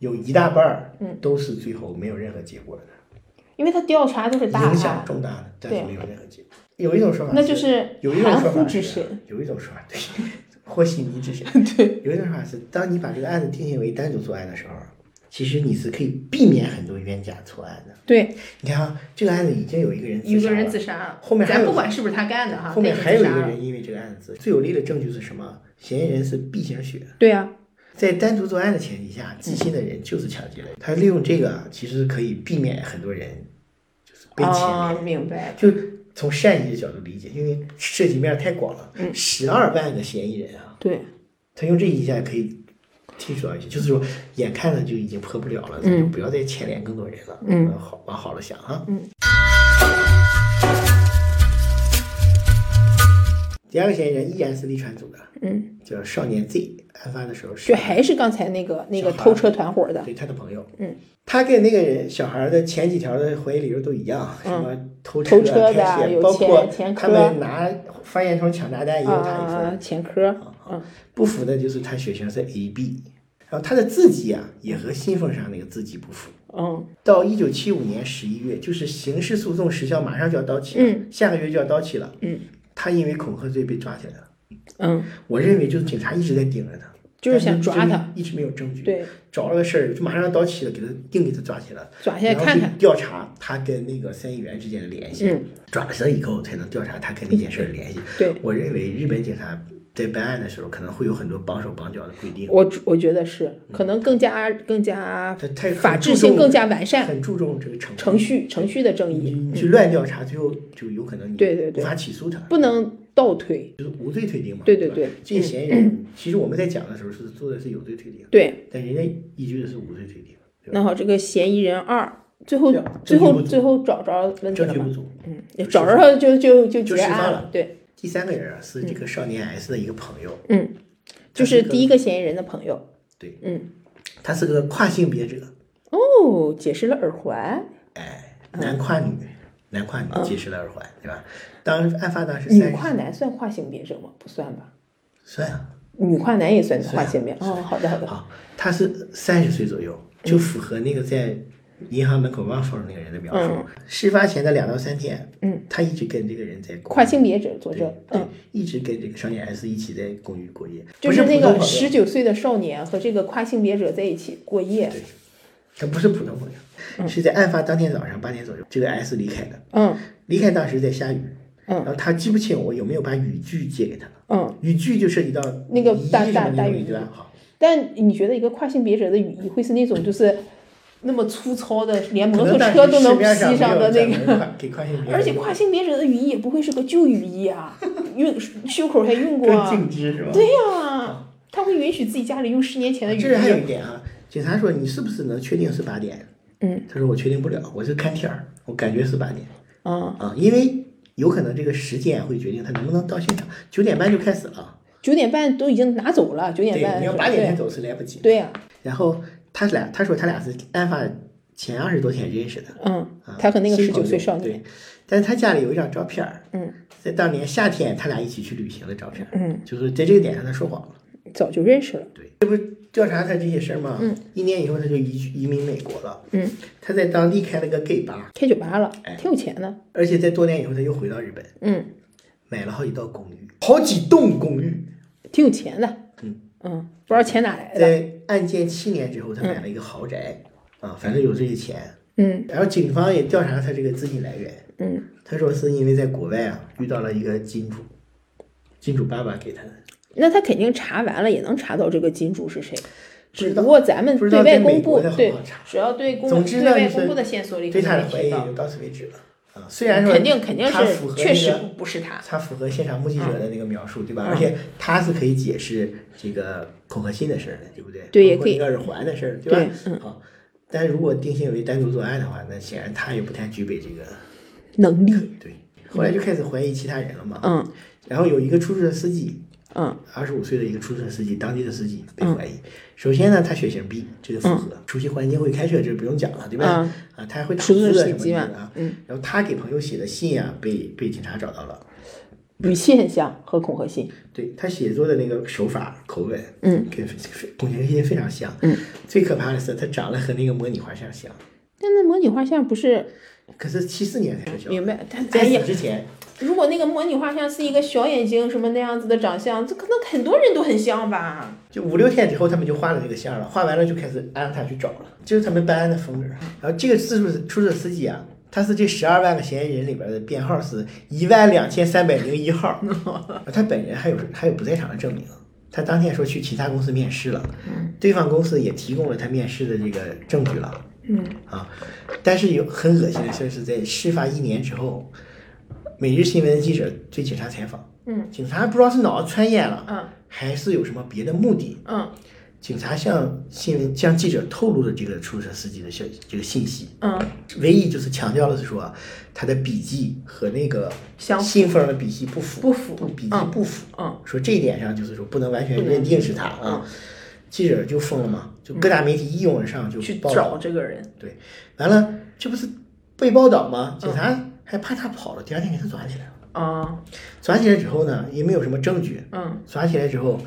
[SPEAKER 2] 有一大半儿
[SPEAKER 1] 嗯
[SPEAKER 2] 都是最后没有任何结果的，
[SPEAKER 1] 因为他调查都是大
[SPEAKER 2] 影响
[SPEAKER 1] 案，
[SPEAKER 2] 重大的，但
[SPEAKER 1] 对
[SPEAKER 2] 是没有任何结果。有一种说法，
[SPEAKER 1] 那就是
[SPEAKER 2] 有一种
[SPEAKER 1] 含
[SPEAKER 2] 说
[SPEAKER 1] 糊
[SPEAKER 2] 法
[SPEAKER 1] 之
[SPEAKER 2] 是
[SPEAKER 1] 神。，
[SPEAKER 2] 有一种说法对， 和稀泥之神。
[SPEAKER 1] 对，
[SPEAKER 2] 有一种说法是，当你把这个案子定性为单独作案的时候，其实你是可以避免很多冤假错案的。
[SPEAKER 1] 对，
[SPEAKER 2] 你看啊，这个案子已经有一个人
[SPEAKER 3] 有
[SPEAKER 2] 杀
[SPEAKER 3] 个
[SPEAKER 2] 了
[SPEAKER 3] 人自杀，
[SPEAKER 2] 后面还有
[SPEAKER 3] 咱不管是不是他干的哈，
[SPEAKER 2] 后面还有一
[SPEAKER 3] 但
[SPEAKER 2] 个
[SPEAKER 3] 是自杀了
[SPEAKER 2] 人因为这个案子，最有力的证据是什么？嫌疑人是 B 型血，
[SPEAKER 1] 对啊，
[SPEAKER 2] 在单独作案的前提下，自信的人就是抢劫人。他利用这个，其实可以避免很多人就是被牵
[SPEAKER 1] 哦
[SPEAKER 2] 连。，
[SPEAKER 1] 明白了，
[SPEAKER 2] 就从善意的角度理解，因为涉及面太广了，
[SPEAKER 3] 嗯
[SPEAKER 2] 十二万个嫌疑人啊，
[SPEAKER 1] 对，
[SPEAKER 2] 他用这一下可以剔除到一些，就是说眼看着就已经破不了了，咱就不要再牵连更多人了。
[SPEAKER 1] 嗯
[SPEAKER 2] 往好往好了想啊哈。
[SPEAKER 1] 嗯。
[SPEAKER 2] 第二个嫌疑人依然是利川组的，
[SPEAKER 1] 嗯，
[SPEAKER 2] 叫少年 Z，案发的时候是
[SPEAKER 1] 就还是刚才那个那个
[SPEAKER 2] 小孩儿
[SPEAKER 1] 偷车团伙的，
[SPEAKER 2] 对他的朋友，
[SPEAKER 1] 嗯，
[SPEAKER 2] 他跟那个人小孩的前几条的怀疑理由都一样，
[SPEAKER 1] 嗯
[SPEAKER 2] 什么偷
[SPEAKER 1] 偷车的
[SPEAKER 2] 开
[SPEAKER 1] 有
[SPEAKER 2] 血，包
[SPEAKER 1] 前
[SPEAKER 2] 括
[SPEAKER 1] 前
[SPEAKER 2] 他
[SPEAKER 1] 科
[SPEAKER 2] 们拿翻烟筒抢炸弹也有他一份儿
[SPEAKER 1] 啊，。前科，嗯，
[SPEAKER 2] 不符的就是他血型是 AB，然后他的字迹啊也和信封上那个字迹不符。
[SPEAKER 1] 嗯，
[SPEAKER 2] 到一九七五年十一月，就是刑事诉讼时效马上就要到期了，
[SPEAKER 1] 嗯
[SPEAKER 2] 下个月就要到期了。
[SPEAKER 1] 嗯，
[SPEAKER 2] 他因为恐吓罪被抓起来了。
[SPEAKER 1] 嗯，
[SPEAKER 2] 我认为就是警察一直在盯着他，
[SPEAKER 1] 就是想抓
[SPEAKER 2] 但
[SPEAKER 1] 他，
[SPEAKER 2] 是一直没，一直没有证据。，
[SPEAKER 1] 对，
[SPEAKER 2] 找了个事儿，就马上要到期了，给他硬给他抓起来了。
[SPEAKER 1] 抓下来
[SPEAKER 2] 然后
[SPEAKER 1] 看
[SPEAKER 2] 去
[SPEAKER 1] 看，
[SPEAKER 2] 调查他跟那个参议员之间的联系。
[SPEAKER 1] 嗯，
[SPEAKER 2] 抓了以后才能调查他跟那件事儿的联系。
[SPEAKER 1] 对，
[SPEAKER 2] 我认为日本警察在办案的时候可能会有很多绑手绑脚的规定，
[SPEAKER 1] 我我觉得是，可能更加更加
[SPEAKER 2] 他太
[SPEAKER 1] 啊法制性更加完善，
[SPEAKER 2] 很注重这个程序
[SPEAKER 1] 程序程序的正
[SPEAKER 2] 你
[SPEAKER 1] 义，嗯
[SPEAKER 2] 你去乱调查，最后就有可能你
[SPEAKER 1] 对对对
[SPEAKER 2] 无法起诉他，
[SPEAKER 1] 不能倒推，
[SPEAKER 2] 就是无罪推定嘛。
[SPEAKER 1] 对对
[SPEAKER 2] 吧
[SPEAKER 1] 对嗯
[SPEAKER 2] 这些嫌疑人其实我们在讲的时候是做的是有罪推定，
[SPEAKER 1] 对。
[SPEAKER 2] 但人家依据的是无罪推定，对吧
[SPEAKER 1] 那好，这个嫌疑人二，最后
[SPEAKER 2] 对
[SPEAKER 1] 最
[SPEAKER 2] 证据
[SPEAKER 1] 后
[SPEAKER 2] 不足
[SPEAKER 1] 最后找着问题
[SPEAKER 2] 证
[SPEAKER 1] 了
[SPEAKER 2] 据不
[SPEAKER 1] 吗？
[SPEAKER 2] 足。
[SPEAKER 1] 嗯，找着他就就就
[SPEAKER 2] 就
[SPEAKER 1] 结
[SPEAKER 2] 释放
[SPEAKER 1] 案
[SPEAKER 2] 了。
[SPEAKER 1] 对，
[SPEAKER 2] 第三个人啊是这个少年 S 的一个朋友，
[SPEAKER 1] 嗯，
[SPEAKER 2] 他
[SPEAKER 1] 就是
[SPEAKER 2] 个
[SPEAKER 1] 第一个嫌疑人的朋友。
[SPEAKER 2] 对，
[SPEAKER 1] 嗯，
[SPEAKER 2] 他是个跨性别者，
[SPEAKER 1] 哦，解释了耳环。
[SPEAKER 2] 哎，男跨女，男跨女
[SPEAKER 1] 嗯
[SPEAKER 2] 结识了耳环，对吧？当案发当时
[SPEAKER 1] 女
[SPEAKER 2] 三
[SPEAKER 1] 跨
[SPEAKER 2] 十
[SPEAKER 1] 男算跨性别者吗？不算吧。
[SPEAKER 2] 算啊，
[SPEAKER 1] 女跨男也算
[SPEAKER 2] 是啊
[SPEAKER 1] 跨性别。哦，好的好的。
[SPEAKER 2] 啊，他是三十岁左右，
[SPEAKER 1] 嗯
[SPEAKER 2] 就符合那个在银行门口望风那个人的描述。
[SPEAKER 1] 嗯
[SPEAKER 2] 事发前的两到三天，
[SPEAKER 1] 嗯，
[SPEAKER 2] 他一直跟这个人在公
[SPEAKER 1] 跨性别者作
[SPEAKER 2] 对
[SPEAKER 1] 证。
[SPEAKER 2] 对
[SPEAKER 1] 嗯，
[SPEAKER 2] 一直跟这个少年 S 一起在公寓过夜，
[SPEAKER 1] 就
[SPEAKER 2] 不是
[SPEAKER 1] 那
[SPEAKER 2] 普通
[SPEAKER 1] 个
[SPEAKER 2] 朋友
[SPEAKER 1] 十九岁的少年和这个跨性别者在一起过夜。
[SPEAKER 2] 对，他不是普通朋友，是在案发当天早上八点左右，这个 S 离开的，
[SPEAKER 1] 嗯
[SPEAKER 2] 离开当时在下雨，
[SPEAKER 1] 嗯
[SPEAKER 2] 然后他记不清我有没有把雨具借给他了，
[SPEAKER 1] 嗯。
[SPEAKER 2] 雨具就涉及到
[SPEAKER 1] 那个
[SPEAKER 2] 雨衣
[SPEAKER 1] 大
[SPEAKER 2] 什
[SPEAKER 1] 大
[SPEAKER 2] 么的
[SPEAKER 1] 大
[SPEAKER 2] 东西
[SPEAKER 1] 雨
[SPEAKER 2] 对吧
[SPEAKER 1] 衣？
[SPEAKER 2] 好，
[SPEAKER 1] 但你觉得一个跨性别者的雨衣会是那种就是那么粗糙的，连摩托
[SPEAKER 2] 可能当
[SPEAKER 1] 车
[SPEAKER 2] 时
[SPEAKER 1] 都能
[SPEAKER 2] 市面
[SPEAKER 1] 披上
[SPEAKER 2] 没
[SPEAKER 1] 的
[SPEAKER 2] 有
[SPEAKER 1] 那
[SPEAKER 2] 咱们
[SPEAKER 1] 个？
[SPEAKER 2] 跨给跨性别人
[SPEAKER 1] 而且跨性别者的雨衣也不会是个旧雨衣啊，熨袖口还熨过
[SPEAKER 2] 更
[SPEAKER 1] 啊。
[SPEAKER 2] 静止是吧？
[SPEAKER 1] 对呀、他会允许自己家里用十年前的雨
[SPEAKER 2] 这里还有
[SPEAKER 1] 衣。
[SPEAKER 2] 一点啊，警察说你是不是能确定是八点？
[SPEAKER 1] 嗯，
[SPEAKER 2] 他说我确定不了，我是看天儿，我感觉是八点
[SPEAKER 1] 啊，
[SPEAKER 2] 啊，因为有可能这个时间会决定他能不能到现场。九点半就开始了，
[SPEAKER 1] 九点半都已经拿走了，九点
[SPEAKER 2] 对，
[SPEAKER 1] 半。
[SPEAKER 2] 你要八点才
[SPEAKER 1] 走。
[SPEAKER 2] 走是来不及。
[SPEAKER 1] 对呀、
[SPEAKER 2] 然后他俩，他说他俩是案发前二十多天认识的，
[SPEAKER 1] 嗯
[SPEAKER 2] 啊，
[SPEAKER 1] 他和那个
[SPEAKER 2] 新
[SPEAKER 1] 十
[SPEAKER 2] 朋
[SPEAKER 1] 九
[SPEAKER 2] 友
[SPEAKER 1] 岁少年，
[SPEAKER 2] 对，但是他家里有一张照片儿，
[SPEAKER 1] 嗯，
[SPEAKER 2] 在当年夏天他俩一起去旅行的照片儿，
[SPEAKER 1] 嗯，
[SPEAKER 2] 就是在这个点上他说谎了。
[SPEAKER 1] 早就认识了。
[SPEAKER 2] 调查他这些事儿嘛，一年以后他就移移民美国了，
[SPEAKER 1] 嗯，
[SPEAKER 2] 他在当地开了个 gay 吧，
[SPEAKER 1] 开酒吧了
[SPEAKER 2] 哎，
[SPEAKER 1] 挺有钱的。
[SPEAKER 2] 而且在多年以后他又回到日本，
[SPEAKER 1] 嗯，
[SPEAKER 2] 买了好几套公寓，好几栋公寓，
[SPEAKER 1] 挺有钱的。
[SPEAKER 2] 嗯
[SPEAKER 1] 嗯，不知道钱哪来的。
[SPEAKER 2] 在案件七年之后他买了一个豪宅，啊，反正有这些钱，
[SPEAKER 1] 嗯
[SPEAKER 2] 然后警方也调查他这个资金来源，
[SPEAKER 1] 嗯，
[SPEAKER 2] 他说是因为在国外啊遇到了一个金主，金主爸爸给他的，
[SPEAKER 1] 那他肯定查完了，也能查到这个金主是谁。
[SPEAKER 2] 知
[SPEAKER 1] 只
[SPEAKER 2] 道
[SPEAKER 1] 不过咱们
[SPEAKER 2] 不知
[SPEAKER 1] 对
[SPEAKER 2] 道
[SPEAKER 1] 外
[SPEAKER 2] 在美
[SPEAKER 1] 公布
[SPEAKER 2] 国的好不
[SPEAKER 1] 对
[SPEAKER 2] 好查，
[SPEAKER 1] 主要对公
[SPEAKER 2] 总之
[SPEAKER 1] 对
[SPEAKER 2] 呢
[SPEAKER 1] 外
[SPEAKER 2] 就是
[SPEAKER 1] 公布的线索里
[SPEAKER 2] 对他的
[SPEAKER 1] 可能
[SPEAKER 2] 怀
[SPEAKER 1] 没提
[SPEAKER 2] 疑
[SPEAKER 1] 到
[SPEAKER 2] 就到此为止了，啊，虽然说
[SPEAKER 1] 肯定肯定
[SPEAKER 2] 他
[SPEAKER 1] 是
[SPEAKER 2] 符合
[SPEAKER 1] 确
[SPEAKER 2] 那
[SPEAKER 1] 实
[SPEAKER 2] 个
[SPEAKER 1] 不不是他。
[SPEAKER 2] 它符合现场目击者的那个描述，对吧？
[SPEAKER 1] 嗯
[SPEAKER 2] 而且它是可以解释这个恐吓信的事儿的，对不对？
[SPEAKER 1] 对也
[SPEAKER 2] 包括
[SPEAKER 1] 可以
[SPEAKER 2] 那个耳环的事儿，对
[SPEAKER 1] 对
[SPEAKER 2] 吧？，嗯。好，但如果定性为单独作案的话，那显然他也不太具备这个。
[SPEAKER 1] 能力，
[SPEAKER 2] 对。后来就开始怀疑其他人了嘛。
[SPEAKER 1] 嗯
[SPEAKER 2] 然后有一个出租车司机
[SPEAKER 1] 嗯，
[SPEAKER 2] 二十五岁的一个出租车司机，当地的司机被怀疑。首先呢，他血型 B，这个符合，出席环境会开车，这不用讲了，对吧？啊，他还会
[SPEAKER 1] 嗯
[SPEAKER 2] 打
[SPEAKER 1] 出租
[SPEAKER 2] 字
[SPEAKER 1] 车
[SPEAKER 2] 啊
[SPEAKER 1] 司
[SPEAKER 2] 什么
[SPEAKER 1] 机
[SPEAKER 2] 的
[SPEAKER 1] 嘛
[SPEAKER 2] 啊。
[SPEAKER 1] 嗯，
[SPEAKER 2] 然后他给朋友写的信啊，被被警察找到了。
[SPEAKER 1] 语气很像和恐吓信，
[SPEAKER 2] 对他写作的那个手法、口吻，
[SPEAKER 1] 嗯，
[SPEAKER 2] 跟董洁欣非常像。
[SPEAKER 1] 嗯，
[SPEAKER 2] 最可怕的是他长得和那个模拟画像像，
[SPEAKER 1] 但那模拟画像不是
[SPEAKER 2] 可是七四年才撤销，
[SPEAKER 1] 明白？他
[SPEAKER 2] 在
[SPEAKER 1] 咱也
[SPEAKER 2] 此之前，
[SPEAKER 1] 如果那个模拟画像是一个小眼睛什么那样子的长相，这可能很多人都很像吧？
[SPEAKER 2] 就五六天之后，他们就画了这个像了，画完了就开始安他去找了，这是他们办案的风格。然后这个自助出租车司机啊，他是这十二万个嫌疑人里边的编号是一万两千三百零一号，他本人还有还有不在场的证明。他当天说去其他公司面试了，对方公司也提供了他面试的这个证据了。
[SPEAKER 1] 嗯，
[SPEAKER 2] 啊，但是有很恶心的事儿是在事发一年之后，每日新闻记者对警察采访，
[SPEAKER 1] 嗯，
[SPEAKER 2] 警察不知道是脑子穿烟了，
[SPEAKER 1] 嗯，
[SPEAKER 2] 还是有什么别的目的，
[SPEAKER 1] 嗯
[SPEAKER 2] 警察向新闻向记者透露了这个出租车司机的消这个信息，
[SPEAKER 1] 嗯
[SPEAKER 2] 唯一就是强调的是说啊他的笔迹和那个
[SPEAKER 1] 相符
[SPEAKER 2] 信封的笔迹不符，
[SPEAKER 1] 不符
[SPEAKER 2] 不笔迹
[SPEAKER 1] 嗯
[SPEAKER 2] 不符，
[SPEAKER 1] 嗯
[SPEAKER 2] 说这一点上就是说不能完全认定是他啊，记者就疯了嘛，就各大媒体一拥而上
[SPEAKER 1] 嗯
[SPEAKER 2] 就
[SPEAKER 1] 去
[SPEAKER 2] 报道
[SPEAKER 1] 找这个人，
[SPEAKER 2] 对，完了，这不是被报道
[SPEAKER 1] 嗯
[SPEAKER 2] 吗？警察还怕他跑了，第二天给他抓起来了。
[SPEAKER 1] 啊
[SPEAKER 2] 抓起来之后呢，也没有什么证据。
[SPEAKER 1] 嗯
[SPEAKER 2] 抓起来之后，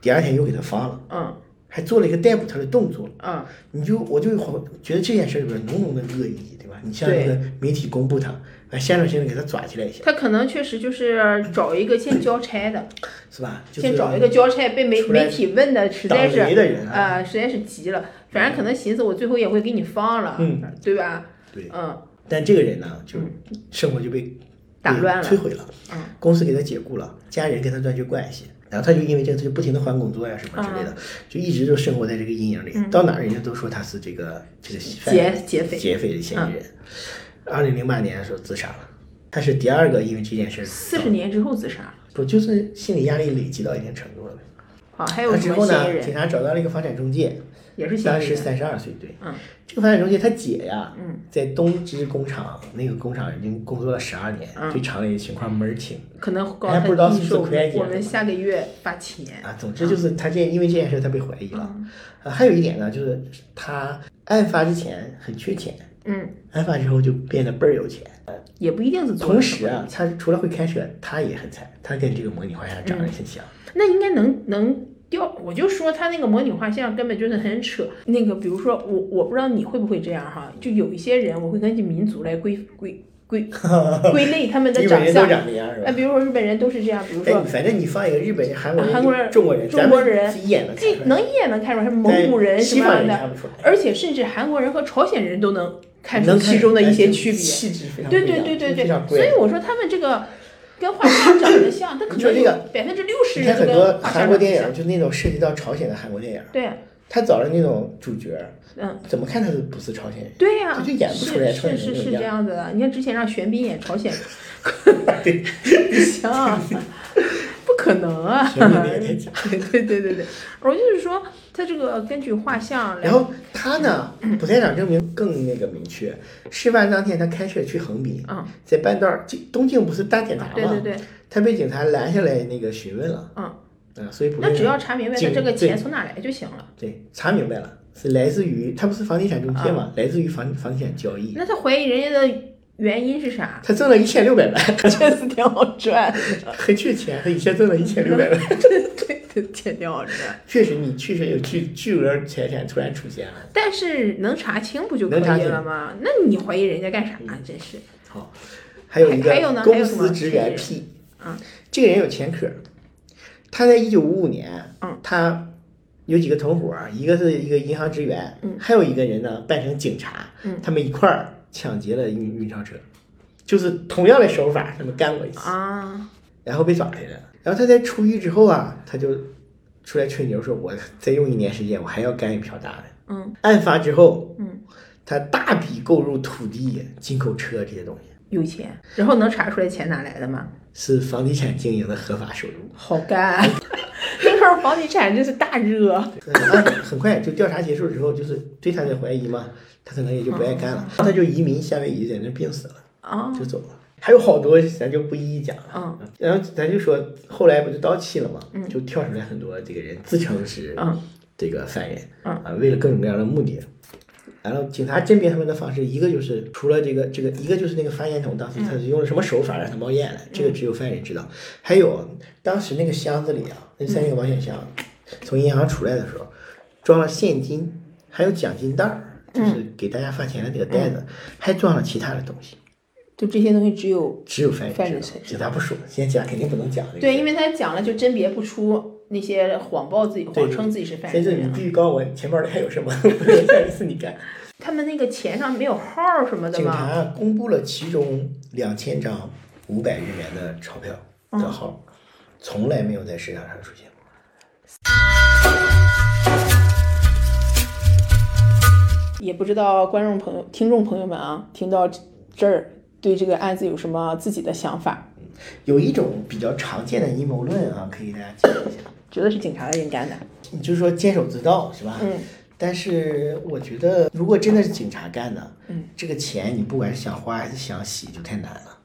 [SPEAKER 2] 第二天又给他放了，
[SPEAKER 1] 嗯
[SPEAKER 2] 还做了一个逮捕他的动作。
[SPEAKER 1] 嗯
[SPEAKER 2] 你就我就好觉得这件事里边浓浓的恶意，对吧？你向那个媒体公布他，啊，现场现在给他抓起来一下，
[SPEAKER 1] 他可能确实就是找一个先交差的，
[SPEAKER 2] 是吧？就是
[SPEAKER 1] 先找一个交差被媒
[SPEAKER 2] 出来
[SPEAKER 1] 媒体问的实在是
[SPEAKER 2] 倒霉的人啊。
[SPEAKER 1] 啊、实在是急了，反正可能寻思我最后也会给你放了，
[SPEAKER 2] 嗯
[SPEAKER 1] 对吧？
[SPEAKER 2] 对，
[SPEAKER 1] 嗯
[SPEAKER 2] 但这个人呢，就生活就被
[SPEAKER 1] 打乱了
[SPEAKER 2] 被摧毁了。
[SPEAKER 1] 嗯
[SPEAKER 2] 公司给他解雇了，家人跟他断绝关系，然后他就因为这个，他就不停的换工作呀、什么之
[SPEAKER 1] 嗯
[SPEAKER 2] 类的，就一直就生活在这个阴影里。到哪儿人家都说他是这个这个犯
[SPEAKER 1] 劫劫匪嗯
[SPEAKER 2] 劫匪的嫌疑人。二零零八年的时候自杀了，他是第二个因为这件事儿
[SPEAKER 1] 四十年之后自杀了，
[SPEAKER 2] 不就是心理压力累积到一定程度了呗。
[SPEAKER 1] 好，还有
[SPEAKER 2] 那
[SPEAKER 1] 什
[SPEAKER 2] 之
[SPEAKER 1] 么
[SPEAKER 2] 后
[SPEAKER 1] 嫌疑
[SPEAKER 2] 呢，
[SPEAKER 1] 人？
[SPEAKER 2] 警察找到了一个房产中介，
[SPEAKER 1] 也是嫌
[SPEAKER 2] 当
[SPEAKER 1] 疑
[SPEAKER 2] 时
[SPEAKER 1] 人，
[SPEAKER 2] 三十二岁，对，
[SPEAKER 1] 嗯，
[SPEAKER 2] 这个房产中介他姐呀，
[SPEAKER 1] 嗯，
[SPEAKER 2] 在东芝工厂那个工厂已经工作了十二年，
[SPEAKER 1] 嗯
[SPEAKER 2] 对厂里的情况门儿清
[SPEAKER 1] 可能告
[SPEAKER 2] 还不
[SPEAKER 1] 诉
[SPEAKER 2] 知道
[SPEAKER 1] 他你
[SPEAKER 2] 是不是
[SPEAKER 1] 说我
[SPEAKER 2] 会
[SPEAKER 1] 们
[SPEAKER 2] 计
[SPEAKER 1] 我们下个月发钱，
[SPEAKER 2] 啊。总之就是他这因为这件事他被怀疑了。
[SPEAKER 1] 嗯
[SPEAKER 2] 啊，还有一点呢，就是他案发之前很缺钱，
[SPEAKER 1] 嗯，
[SPEAKER 2] 案发之后就变得倍儿有钱。
[SPEAKER 1] 也不一定是做
[SPEAKER 2] 同时啊，他除了会开车，他也很菜，他跟这个模拟画像长得很像。
[SPEAKER 1] 那应该能能调，我就说他那个模拟画像根本就是很扯。那个比如说我我不知道你会不会这样哈，就有一些人我会根据民族来归归 归归类他们的
[SPEAKER 2] 日本
[SPEAKER 1] 长
[SPEAKER 2] 人都
[SPEAKER 1] 相。
[SPEAKER 2] 长这样是
[SPEAKER 1] 哎，
[SPEAKER 2] 吧？
[SPEAKER 1] 比如说日本人都是这样，比如
[SPEAKER 2] 哎，
[SPEAKER 1] 说
[SPEAKER 2] 你反正你放一个日本人、韩国人、
[SPEAKER 1] 韩国人
[SPEAKER 2] 中国人、
[SPEAKER 1] 中国人
[SPEAKER 2] 咱们是一眼能看
[SPEAKER 1] 这
[SPEAKER 2] 呃出来
[SPEAKER 1] 能一眼能看出来是蒙古人
[SPEAKER 2] 但
[SPEAKER 1] 什
[SPEAKER 2] 西
[SPEAKER 1] 么
[SPEAKER 2] 方
[SPEAKER 1] 样
[SPEAKER 2] 人
[SPEAKER 1] 的，
[SPEAKER 2] 看不出来，
[SPEAKER 1] 而且甚至韩国人和朝鲜人都能看出
[SPEAKER 2] 能
[SPEAKER 1] 其中的
[SPEAKER 2] 出来
[SPEAKER 1] 一些
[SPEAKER 2] 就
[SPEAKER 1] 区别。
[SPEAKER 2] 气质非常
[SPEAKER 1] 对
[SPEAKER 2] 不一
[SPEAKER 1] 对
[SPEAKER 2] 样
[SPEAKER 1] 对对
[SPEAKER 2] 就
[SPEAKER 1] 对
[SPEAKER 2] 非常，
[SPEAKER 1] 所
[SPEAKER 2] 贵
[SPEAKER 1] 以。我说他们这个跟画像长得 像，他可
[SPEAKER 2] 你说
[SPEAKER 1] 能
[SPEAKER 2] 这
[SPEAKER 1] 有
[SPEAKER 2] 个
[SPEAKER 1] 百分之六十
[SPEAKER 2] 你看
[SPEAKER 1] 人
[SPEAKER 2] 很
[SPEAKER 1] 都
[SPEAKER 2] 多
[SPEAKER 1] 跟画像
[SPEAKER 2] 韩
[SPEAKER 1] 长得
[SPEAKER 2] 国电
[SPEAKER 1] 像
[SPEAKER 2] 影，就那种涉及到朝鲜的韩国电影，
[SPEAKER 1] 对，
[SPEAKER 2] 他找的那种主角，
[SPEAKER 1] 嗯，
[SPEAKER 2] 怎么看他都不是朝鲜人。
[SPEAKER 1] 对呀、
[SPEAKER 2] 他就演不出来朝鲜
[SPEAKER 1] 是
[SPEAKER 2] 人
[SPEAKER 1] 是
[SPEAKER 2] 那
[SPEAKER 1] 是是
[SPEAKER 2] 个
[SPEAKER 1] 这
[SPEAKER 2] 样子
[SPEAKER 1] 样子的。你看之前让玄彬演朝 鲜人， 不行、不可能啊！
[SPEAKER 2] 玄彬那个太假
[SPEAKER 1] 对对对对对，我就是说，他这个根据画像来
[SPEAKER 2] 然后他呢，不在场证明更那个明确。事发当天，他开车去横滨，
[SPEAKER 1] 嗯，啊
[SPEAKER 2] 在半道儿，进东京不是大检查吗？
[SPEAKER 1] 对对对，
[SPEAKER 2] 他被警察拦下来那个询问了，
[SPEAKER 1] 嗯，
[SPEAKER 2] 啊，所以不
[SPEAKER 1] 那
[SPEAKER 2] 是
[SPEAKER 1] 只要查明白他
[SPEAKER 2] 进
[SPEAKER 1] 这个
[SPEAKER 2] 对
[SPEAKER 1] 钱从哪来就行了。
[SPEAKER 2] 对查明白了，是来自于他不是房地产中介
[SPEAKER 1] 啊
[SPEAKER 2] 嘛，来自于房房地产交易。
[SPEAKER 1] 那他怀疑人家的原因是 啥？
[SPEAKER 2] 他挣了一千六百万，
[SPEAKER 1] 确实挺好赚，
[SPEAKER 2] 很缺钱，他以前挣了一千六百万。
[SPEAKER 1] 对对，钱挺好赚。
[SPEAKER 2] 确实，你确实有巨巨额财产突然出现了。
[SPEAKER 1] 但是能查清不就可
[SPEAKER 2] 能查
[SPEAKER 1] 以
[SPEAKER 2] 清
[SPEAKER 1] 了吗？那你怀疑人家干啥？啊真是，
[SPEAKER 2] 好，还有一
[SPEAKER 1] 还还有
[SPEAKER 2] 个
[SPEAKER 1] 呢还
[SPEAKER 2] 公
[SPEAKER 1] 有什么
[SPEAKER 2] 司职员
[SPEAKER 1] 职
[SPEAKER 2] P，
[SPEAKER 1] 嗯，
[SPEAKER 2] 这个人有前科，他在一九五五年，
[SPEAKER 1] 嗯，
[SPEAKER 2] 他有几个同伙儿，一个是一个银行职员，
[SPEAKER 1] 嗯
[SPEAKER 2] 还有一个人呢扮成警察，
[SPEAKER 1] 嗯
[SPEAKER 2] 他们一块儿抢劫了运运钞车，就是同样的手法，他们干过一次，
[SPEAKER 1] 啊，
[SPEAKER 2] 然后被抓起来了。然后他在出狱之后啊，他就出来吹牛说：“我再用一年时间，我还要干一票大的。”
[SPEAKER 1] 嗯。
[SPEAKER 2] 案发之后，
[SPEAKER 1] 嗯，
[SPEAKER 2] 他大笔购入土地、进口车这些东西，
[SPEAKER 1] 有钱，然后能查出来钱哪来的吗？
[SPEAKER 2] 是房地产经营的合法收入。
[SPEAKER 1] 好干， 那时候房地产真是大热。
[SPEAKER 2] 呃很快就调查结束之后，就是对
[SPEAKER 1] 哦
[SPEAKER 2] 他的怀疑嘛，他可能也就不爱干了，他就移民夏威夷，在那病死了，
[SPEAKER 1] 啊
[SPEAKER 2] 就走了。还有好多咱就不一一讲了。
[SPEAKER 1] 嗯
[SPEAKER 2] 然后咱就说，后来不就到期了嘛，
[SPEAKER 1] 嗯
[SPEAKER 2] 就跳出来很多这个人自称是
[SPEAKER 1] 嗯
[SPEAKER 2] 这个犯人，
[SPEAKER 1] 嗯
[SPEAKER 2] 啊，为了各种各样的目的。然后警察甄别他们的方式，一个就是除了这个这个，一个就是那个发烟筒，当
[SPEAKER 1] 嗯
[SPEAKER 2] 时他是用了什么手法让它冒烟来，这个只有犯人知道。还有当时那个箱子里啊，那三
[SPEAKER 1] 嗯
[SPEAKER 2] 个保险箱，从银行出来的时候，装了现金，还有奖金袋儿，就是
[SPEAKER 1] 嗯
[SPEAKER 2] 给大家发钱的那个袋子，还装了其他的东西，
[SPEAKER 1] 就这些东西只有
[SPEAKER 2] 只有犯人
[SPEAKER 1] 犯人
[SPEAKER 2] 知
[SPEAKER 1] 才
[SPEAKER 2] 道，警察不说，现在警察肯定不能讲这个。
[SPEAKER 1] 对，因为他讲了就甄别不出那些谎报自己、
[SPEAKER 2] 对
[SPEAKER 1] 谎称自己是犯
[SPEAKER 2] 先
[SPEAKER 1] 人的
[SPEAKER 2] 是
[SPEAKER 1] 人
[SPEAKER 2] 你
[SPEAKER 1] 了。
[SPEAKER 2] 必须告诉我钱包里还有什么， 我下一次你干。
[SPEAKER 1] 他们那个钱上没有号儿什么的
[SPEAKER 2] 警
[SPEAKER 1] 吗？
[SPEAKER 2] 察公布了其中两千张五百日元的钞票
[SPEAKER 1] 嗯
[SPEAKER 2] 的号，从来没有在市场上出现过。
[SPEAKER 1] 也不知道观众朋友、听众朋友们啊，听到这儿对这个案子有什么自己的想法？
[SPEAKER 2] 有一种比较常见的阴谋论啊，可以给大家解释一下，
[SPEAKER 1] 觉得是警察的人干的，
[SPEAKER 2] 你就说监守自盗是吧？
[SPEAKER 1] 嗯。
[SPEAKER 2] 但是我觉得，如果真的是警察干的，
[SPEAKER 1] 嗯，
[SPEAKER 2] 这个钱你不管是想花还是想洗，就太难了。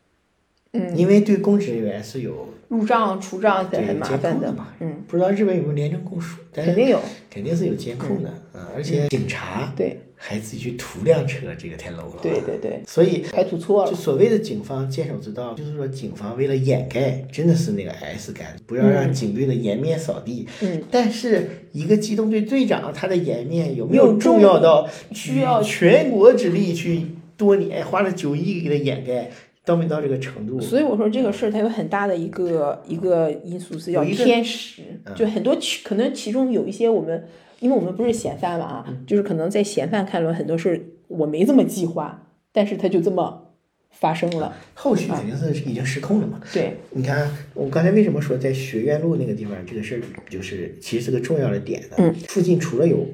[SPEAKER 1] 嗯，
[SPEAKER 2] 因为对公职人员是有
[SPEAKER 1] 入账、除账
[SPEAKER 2] 对
[SPEAKER 1] 很很麻
[SPEAKER 2] 监
[SPEAKER 1] 烦
[SPEAKER 2] 控
[SPEAKER 1] 的
[SPEAKER 2] 嘛，
[SPEAKER 1] 嗯，
[SPEAKER 2] 不知道日本有没有廉政公署，但是
[SPEAKER 1] 肯定有，
[SPEAKER 2] 肯定是有监控的，嗯，而且警察
[SPEAKER 1] 对
[SPEAKER 2] 还自己去涂辆车，这个太 low 了。啊
[SPEAKER 1] 对，对对，
[SPEAKER 2] 所以
[SPEAKER 1] 还涂错
[SPEAKER 2] 就
[SPEAKER 1] 了，
[SPEAKER 2] 所谓的警方坚守之道，就是说警方为了掩盖，真的是那个 S 感，不要让警队的颜面扫地。
[SPEAKER 1] 嗯，
[SPEAKER 2] 但是一个机动队队长，他的颜面有没
[SPEAKER 1] 有
[SPEAKER 2] 有重要到
[SPEAKER 1] 需要
[SPEAKER 2] 举全国之力去多年花了九亿给他掩盖，到没到这个程度？
[SPEAKER 1] 所以我说这个事儿它有很大的一个一个因素是叫
[SPEAKER 2] 有一个嗯
[SPEAKER 1] 天时，就很多其可能其中有一些我们，因为我们不是嫌犯嘛啊，
[SPEAKER 2] 嗯
[SPEAKER 1] 就是可能在嫌犯看来很多事儿我没这么计划，但是它就这么发生了，
[SPEAKER 2] 后续肯定是已经失控了嘛。
[SPEAKER 1] 对，
[SPEAKER 2] 你看，我刚才为什么说在学院路那个地方这个事儿就是其实是个重要的点呢？
[SPEAKER 1] 嗯
[SPEAKER 2] 附近除了有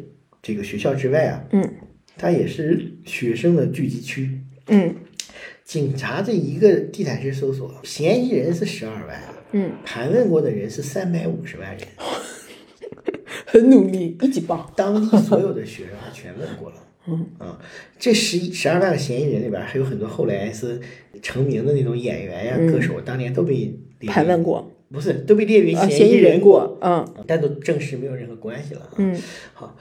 [SPEAKER 2] 这个学校之外啊，
[SPEAKER 1] 嗯
[SPEAKER 2] 它也是学生的聚集区。
[SPEAKER 1] 嗯
[SPEAKER 2] 警察这一个地毯式搜索，嫌疑人是十二万，啊
[SPEAKER 1] 嗯，
[SPEAKER 2] 盘问过的人是三百五十万人，
[SPEAKER 1] 很努力，一级棒，
[SPEAKER 2] 当地所有的学生他啊全问 过了。嗯啊，这十一十二万个嫌疑人里边，还有很多后来是成名的那种演员呀、歌手，当年都被列
[SPEAKER 1] 嗯
[SPEAKER 2] 为
[SPEAKER 1] 盘问过，
[SPEAKER 2] 不是都被列为
[SPEAKER 1] 啊，
[SPEAKER 2] 嫌
[SPEAKER 1] 嫌疑
[SPEAKER 2] 人
[SPEAKER 1] 人过，嗯
[SPEAKER 2] 但都证实没有任何关系了啊。
[SPEAKER 1] 嗯
[SPEAKER 2] 好，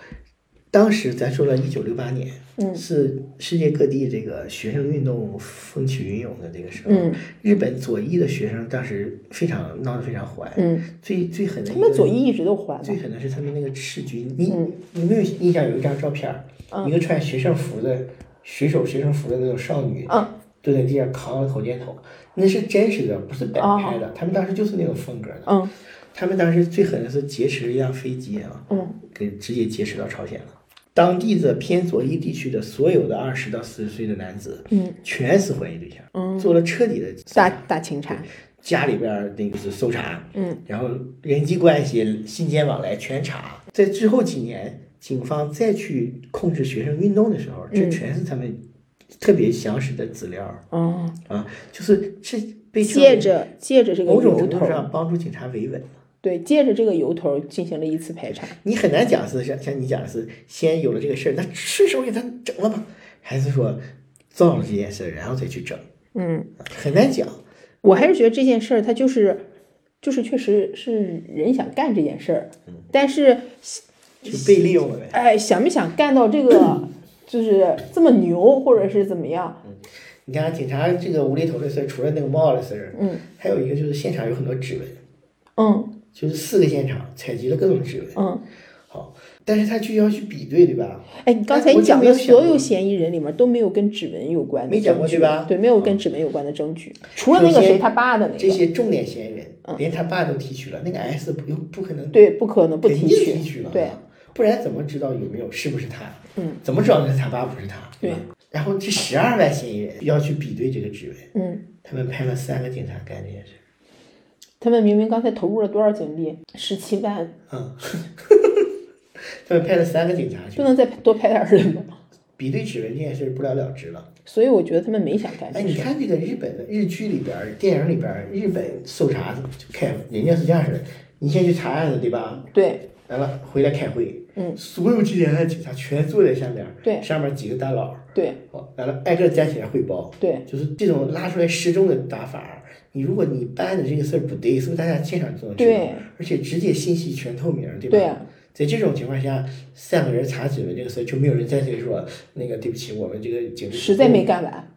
[SPEAKER 2] 当时咱说了，一九六八年，
[SPEAKER 1] 嗯
[SPEAKER 2] 是世界各地这个学生运动风起云涌的这个时候，
[SPEAKER 1] 嗯
[SPEAKER 2] 日本左翼的学生当时非常闹得非常欢，
[SPEAKER 1] 嗯，
[SPEAKER 2] 最最狠的
[SPEAKER 1] 他
[SPEAKER 2] 一
[SPEAKER 1] 们
[SPEAKER 2] 个
[SPEAKER 1] 左翼一直都还
[SPEAKER 2] 最
[SPEAKER 1] 的，
[SPEAKER 2] 狠的是他们那个赤军，你、
[SPEAKER 1] 嗯
[SPEAKER 2] 你有没有印象有一张照片儿，一个穿学生服的水手学生服的那种少女，
[SPEAKER 1] 嗯
[SPEAKER 2] 蹲在地上扛着火箭筒，那是真实的，不是摆
[SPEAKER 1] 哦
[SPEAKER 2] 拍的，他们当时就是那种风格的。
[SPEAKER 1] 嗯
[SPEAKER 2] 他们当时最狠的是劫持一辆飞机啊，
[SPEAKER 1] 嗯，
[SPEAKER 2] 给直接劫持到朝鲜了。当地的偏左翼地区的所有的二十到四十岁的男子，
[SPEAKER 1] 嗯，
[SPEAKER 2] 全是怀疑对象，嗯，做了彻底的
[SPEAKER 1] 大大清查，
[SPEAKER 2] 家里边儿那个是搜查，
[SPEAKER 1] 嗯，
[SPEAKER 2] 然后人际关系、信件往来全查。在之后几年，警方再去控制学生运动的时候，这全是他们特别详实的资料、
[SPEAKER 1] 嗯，
[SPEAKER 2] 啊，就是这被称为
[SPEAKER 1] 借着借着这个
[SPEAKER 2] 某种
[SPEAKER 1] 由
[SPEAKER 2] 程度
[SPEAKER 1] 头。
[SPEAKER 2] 上帮助警察维稳。
[SPEAKER 1] 对，借着这个由头进行了一次排查。
[SPEAKER 2] 你很难讲是像像你讲的是先有了这个事儿，那顺手给他整了吧，还是说造了这件事儿然后再去整，
[SPEAKER 1] 嗯，
[SPEAKER 2] 很难讲。
[SPEAKER 1] 我还是觉得这件事儿，它就是，就是确实是人想干这件事儿，但是
[SPEAKER 2] 就被利用了呗。
[SPEAKER 1] 哎，想没想干到这 个，就是这么牛，或者是怎么样？
[SPEAKER 2] 你看警察这个无厘头的事儿，除了那个帽的事儿，
[SPEAKER 1] 嗯，
[SPEAKER 2] 还有一个就是现场有很多指纹，
[SPEAKER 1] 嗯
[SPEAKER 2] 就是四个现场采集了各种指纹。
[SPEAKER 1] 嗯，
[SPEAKER 2] 好，但是他就要去比对，对吧？
[SPEAKER 1] 哎，你刚
[SPEAKER 2] 哎
[SPEAKER 1] 才你
[SPEAKER 2] 我就
[SPEAKER 1] 讲
[SPEAKER 2] 没
[SPEAKER 1] 的
[SPEAKER 2] 有想
[SPEAKER 1] 所有
[SPEAKER 2] 过
[SPEAKER 1] 嫌疑人里面都没有跟指纹有关的
[SPEAKER 2] 没讲过
[SPEAKER 1] 证据
[SPEAKER 2] 对吧
[SPEAKER 1] 对，没有跟指纹有关的证据，除了那个谁他爸的那
[SPEAKER 2] 这
[SPEAKER 1] 个，
[SPEAKER 2] 些重点嫌疑人
[SPEAKER 1] 嗯
[SPEAKER 2] 连他爸都提取了，那个 S 不又不可能
[SPEAKER 1] 对，不可能不
[SPEAKER 2] 肯
[SPEAKER 1] 提取，
[SPEAKER 2] 定取了，
[SPEAKER 1] 对，，
[SPEAKER 2] 不然怎么知道有没有是不是他？
[SPEAKER 1] 嗯，
[SPEAKER 2] 怎么知道那是他爸不是他？
[SPEAKER 1] 对
[SPEAKER 2] 吧。然后这十二万嫌疑人要去比对这个指纹，
[SPEAKER 1] 嗯，
[SPEAKER 2] 他们派了三个警察干这件事。
[SPEAKER 1] 他们明明刚才投入了多少警力？十七万，
[SPEAKER 2] 嗯，他们派了三个警察去
[SPEAKER 1] 不能再多拍点儿人吗？
[SPEAKER 2] 比对指纹这件事，不了了之了。
[SPEAKER 1] 所以我觉得他们没想干这
[SPEAKER 2] 哎，
[SPEAKER 1] 事。
[SPEAKER 2] 你看这个日本的日剧里边儿、电影里边儿，日本搜查就开，人家是这样式的：你先去查案子，对吧？
[SPEAKER 1] 对，
[SPEAKER 2] 嗯、完了回来开会，
[SPEAKER 1] 嗯，
[SPEAKER 2] 所有纪检站警察全坐在下面，
[SPEAKER 1] 对
[SPEAKER 2] 上面几个大佬，
[SPEAKER 1] 对
[SPEAKER 2] 好，完了挨个站起来汇报，
[SPEAKER 1] 对，
[SPEAKER 2] 就是这种拉出来失踪的打法，你如果你办的这个事儿不对，是不是大家现场就能知道
[SPEAKER 1] 对？
[SPEAKER 2] 而且直接信息全透明，对吧？
[SPEAKER 1] 对啊
[SPEAKER 2] 在这种情况下，三个人查指纹这个事儿就没有人站起来说那个对不起，我们这个警察哦
[SPEAKER 1] 实在没干完，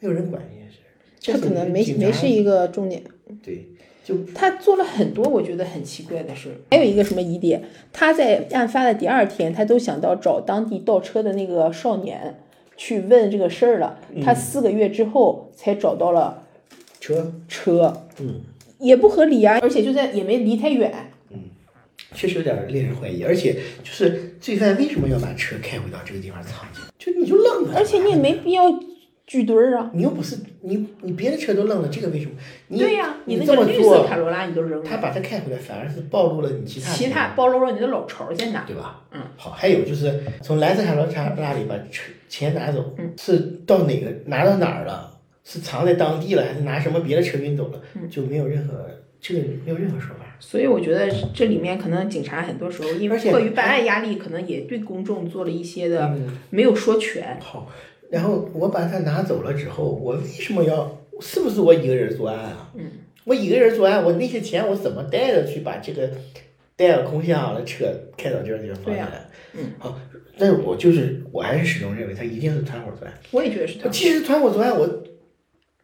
[SPEAKER 2] 没有人管这件事儿。
[SPEAKER 1] 他可能没
[SPEAKER 2] 这种警察
[SPEAKER 1] 没是一个重点。
[SPEAKER 2] 对，就
[SPEAKER 1] 他做了很多我觉得很奇怪的事儿。还有一个什么疑点，他在案发的第二天，他都想到找当地倒车的那个少年去问这个事儿了。
[SPEAKER 2] 嗯
[SPEAKER 1] 他四个月之后才找到了
[SPEAKER 2] 车，
[SPEAKER 1] 车，
[SPEAKER 2] 嗯，
[SPEAKER 1] 也不合理啊，而且就在也没离太远。
[SPEAKER 2] 确实有点令人怀疑。而且就是罪犯为什么要把车开回到这个地方藏起来？就你就愣了，
[SPEAKER 1] 而且你也没必要聚堆儿啊。
[SPEAKER 2] 你又不是你你别的车都愣了，这个为什么？你
[SPEAKER 1] 对呀、
[SPEAKER 2] 你
[SPEAKER 1] 那
[SPEAKER 2] 这
[SPEAKER 1] 个
[SPEAKER 2] 么
[SPEAKER 1] 绿色
[SPEAKER 2] 做
[SPEAKER 1] 卡，罗拉你都扔
[SPEAKER 2] 他
[SPEAKER 1] 了，
[SPEAKER 2] 把它开回来，反而是暴露了你其他
[SPEAKER 1] 其
[SPEAKER 2] 地
[SPEAKER 1] 他
[SPEAKER 2] 方
[SPEAKER 1] 暴露了你的老巢在哪？
[SPEAKER 2] 对吧？
[SPEAKER 1] 嗯，
[SPEAKER 2] 好，还有就是从莱斯卡罗查那里把车钱拿走，
[SPEAKER 1] 嗯
[SPEAKER 2] 是到哪个拿到哪儿了？是藏在当地了，还是拿什么别的车运走了？
[SPEAKER 1] 嗯
[SPEAKER 2] 就没有任何这个没有任何说法。
[SPEAKER 1] 所以我觉得这里面可能警察很多时候因为
[SPEAKER 2] 而且
[SPEAKER 1] 迫于办案压力，可能也对公众做了一些的
[SPEAKER 2] 嗯，
[SPEAKER 1] 没有说全。
[SPEAKER 2] 好，然后我把它拿走了之后，我为什么要？是不是我一个人作案啊？
[SPEAKER 1] 嗯，
[SPEAKER 2] 我一个人作案，我那些钱我怎么带着去把这个带着空下好的车开到这个地方放
[SPEAKER 1] 对
[SPEAKER 2] 下
[SPEAKER 1] 呀
[SPEAKER 2] 来？
[SPEAKER 1] 嗯，
[SPEAKER 2] 好，但是我就是我还是始终认为他一定是团伙作案。
[SPEAKER 1] 我也觉得是他
[SPEAKER 2] 其实团伙作案，我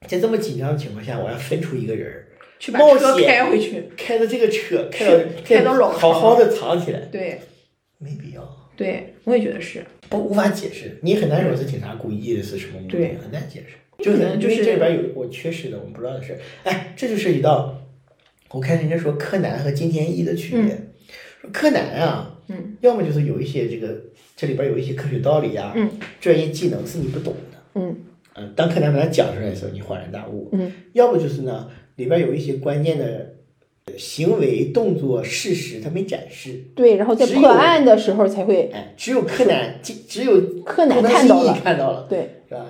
[SPEAKER 2] 在这么紧张的情况下，我要分出一个人儿
[SPEAKER 1] 去把车开回去。
[SPEAKER 2] 开着这个车，开到
[SPEAKER 1] 开到老巢
[SPEAKER 2] 好好的藏起来，
[SPEAKER 1] 对
[SPEAKER 2] 没必要，
[SPEAKER 1] 对，我也觉得是。
[SPEAKER 2] 我无法解释，你很难说是警察故意的，是什么目的
[SPEAKER 1] 对，
[SPEAKER 2] 很难解释，
[SPEAKER 1] 可
[SPEAKER 2] 是
[SPEAKER 1] 能就
[SPEAKER 2] 因为
[SPEAKER 1] 是
[SPEAKER 2] 这里边有我缺失的，我们不知道的事儿。哎，这就涉及到我看人家说柯南和金田一的区别，说柯南啊，
[SPEAKER 1] 嗯，
[SPEAKER 2] 要么就是有一些这个这里边有一些科学道理啊，
[SPEAKER 1] 嗯，
[SPEAKER 2] 专业技能是你不懂的。
[SPEAKER 1] 嗯
[SPEAKER 2] 嗯，当柯南把它讲出来的时候，你恍然大悟。
[SPEAKER 1] 嗯，
[SPEAKER 2] 要不就是呢，里边有一些关键的行为、动作、事实，他没展示。
[SPEAKER 1] 对，然后在
[SPEAKER 2] 只有
[SPEAKER 1] 破案的时候才会，
[SPEAKER 2] 哎，只有柯南，只只有
[SPEAKER 1] 柯南
[SPEAKER 2] 信
[SPEAKER 1] 看到了
[SPEAKER 2] 义看到了，
[SPEAKER 1] 对
[SPEAKER 2] 是吧？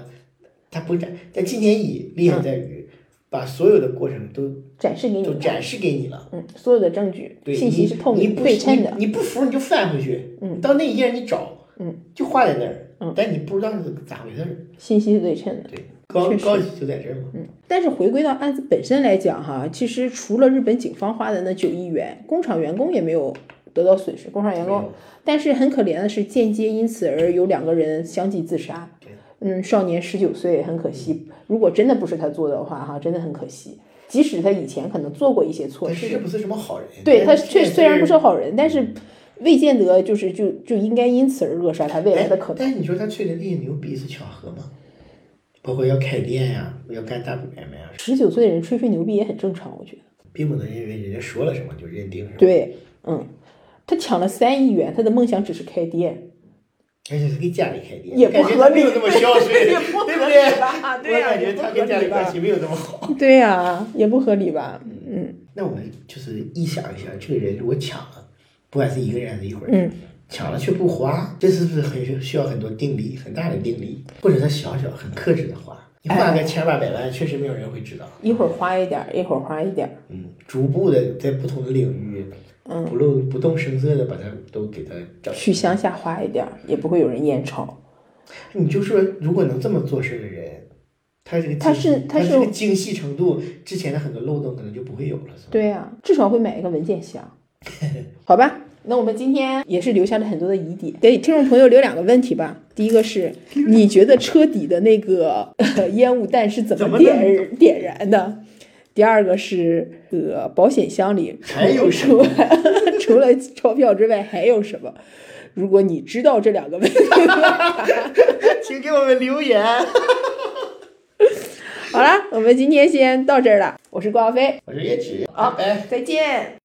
[SPEAKER 2] 他不展，但金田一厉
[SPEAKER 1] 嗯
[SPEAKER 2] 害在于、把所有的过程都
[SPEAKER 1] 展示给
[SPEAKER 2] 都
[SPEAKER 1] 你看，
[SPEAKER 2] 展示给你了。
[SPEAKER 1] 嗯，所有的证据
[SPEAKER 2] 对，
[SPEAKER 1] 信息
[SPEAKER 2] 你
[SPEAKER 1] 是透
[SPEAKER 2] 你
[SPEAKER 1] 明
[SPEAKER 2] 不
[SPEAKER 1] 对称的，
[SPEAKER 2] 你，你不服你就翻回去，
[SPEAKER 1] 嗯
[SPEAKER 2] 到那一页你找，
[SPEAKER 1] 嗯，
[SPEAKER 2] 就画在那儿，
[SPEAKER 1] 嗯
[SPEAKER 2] 但你不知道是咋回事儿。
[SPEAKER 1] 信息是对称的。
[SPEAKER 2] 对，高
[SPEAKER 1] 确实
[SPEAKER 2] 高级就在这儿嘛。
[SPEAKER 1] 嗯，但是回归到案子本身来讲，哈，其实除了日本警方花的那九亿元，工厂员工也没有得到损失，工厂员
[SPEAKER 2] 没
[SPEAKER 1] 工
[SPEAKER 2] 有，
[SPEAKER 1] 但是很可怜的是，间接因此而有两个人相继自杀
[SPEAKER 2] 对。嗯
[SPEAKER 1] 嗯，少年十九岁，很可惜。如果真的不是他做的话，哈，真的很可惜。即使他以前可能做过一些错
[SPEAKER 2] 但是这
[SPEAKER 1] 事，
[SPEAKER 2] 不是什么好人。
[SPEAKER 1] 对他
[SPEAKER 2] 但是
[SPEAKER 1] 确虽然不
[SPEAKER 2] 是
[SPEAKER 1] 是好人，但是未见得就是就就应该因此而扼杀他未来的可能。
[SPEAKER 2] 但是你说他吹的那些牛逼是巧合吗？包括要开店呀、要干大买卖呀、
[SPEAKER 1] 十九岁的人吹吹牛逼也很正常，我觉得。
[SPEAKER 2] 并不能因为人家说了什么就认定什么。，
[SPEAKER 1] 对，嗯，他抢了三亿元，他的梦想只是开店，
[SPEAKER 2] 而且是给家里开店，
[SPEAKER 1] 也
[SPEAKER 2] 我感
[SPEAKER 1] 不
[SPEAKER 2] 觉
[SPEAKER 1] 合
[SPEAKER 2] 他没有那么孝顺， 对
[SPEAKER 1] 不
[SPEAKER 2] 不
[SPEAKER 1] 合
[SPEAKER 2] 对
[SPEAKER 1] 理？吧？
[SPEAKER 2] 我
[SPEAKER 1] 呀、
[SPEAKER 2] 感
[SPEAKER 1] 啊也
[SPEAKER 2] 觉
[SPEAKER 1] 不
[SPEAKER 2] 他
[SPEAKER 1] 合
[SPEAKER 2] 跟家里
[SPEAKER 1] 理
[SPEAKER 2] 关
[SPEAKER 1] 吧？
[SPEAKER 2] 系没有那么好。
[SPEAKER 1] 对呀、也不合理吧？嗯
[SPEAKER 2] 那我们就是一想一想，这个人如果抢了，不管是一个人还是一伙人，
[SPEAKER 1] 嗯，
[SPEAKER 2] 抢了却不花，这是不是很需要很多定力，很大的定力，或者他小小很克制的花？你花
[SPEAKER 1] 哎
[SPEAKER 2] 个千八百万，确实没有人会知道。
[SPEAKER 1] 一会儿花一点儿，一会儿花一点儿，
[SPEAKER 2] 嗯，逐步的在不同的领域，
[SPEAKER 1] 嗯
[SPEAKER 2] 不露不动声色的把它都给它整。
[SPEAKER 1] 去乡下花一点儿，也不会有人验钞。
[SPEAKER 2] 你就说，如果能这么做事的人，他这个
[SPEAKER 1] 他
[SPEAKER 2] 精
[SPEAKER 1] 是
[SPEAKER 2] 他
[SPEAKER 1] 他是
[SPEAKER 2] 这个精细程度，之前的很多漏洞可能就不会有了，是吧？
[SPEAKER 1] 对呀、啊至少会买一个文件 箱，好吧？那我们今天也是留下了很多的疑点，给听众朋友留两个问题吧。第一个是，你觉得车底的那个、 呃烟雾弹是怎
[SPEAKER 2] 怎么
[SPEAKER 1] 么点点燃的？第二个是，呃，保险箱里
[SPEAKER 2] 还有什
[SPEAKER 1] 除 除了钞票之外还有什么？如果你知道这两个问题的话，
[SPEAKER 2] 请给我们留言，
[SPEAKER 1] 好啦，我们今天先到这儿了。我是郭小飞，
[SPEAKER 2] 我是叶芷，
[SPEAKER 1] 好
[SPEAKER 2] 拜拜。
[SPEAKER 1] 再见。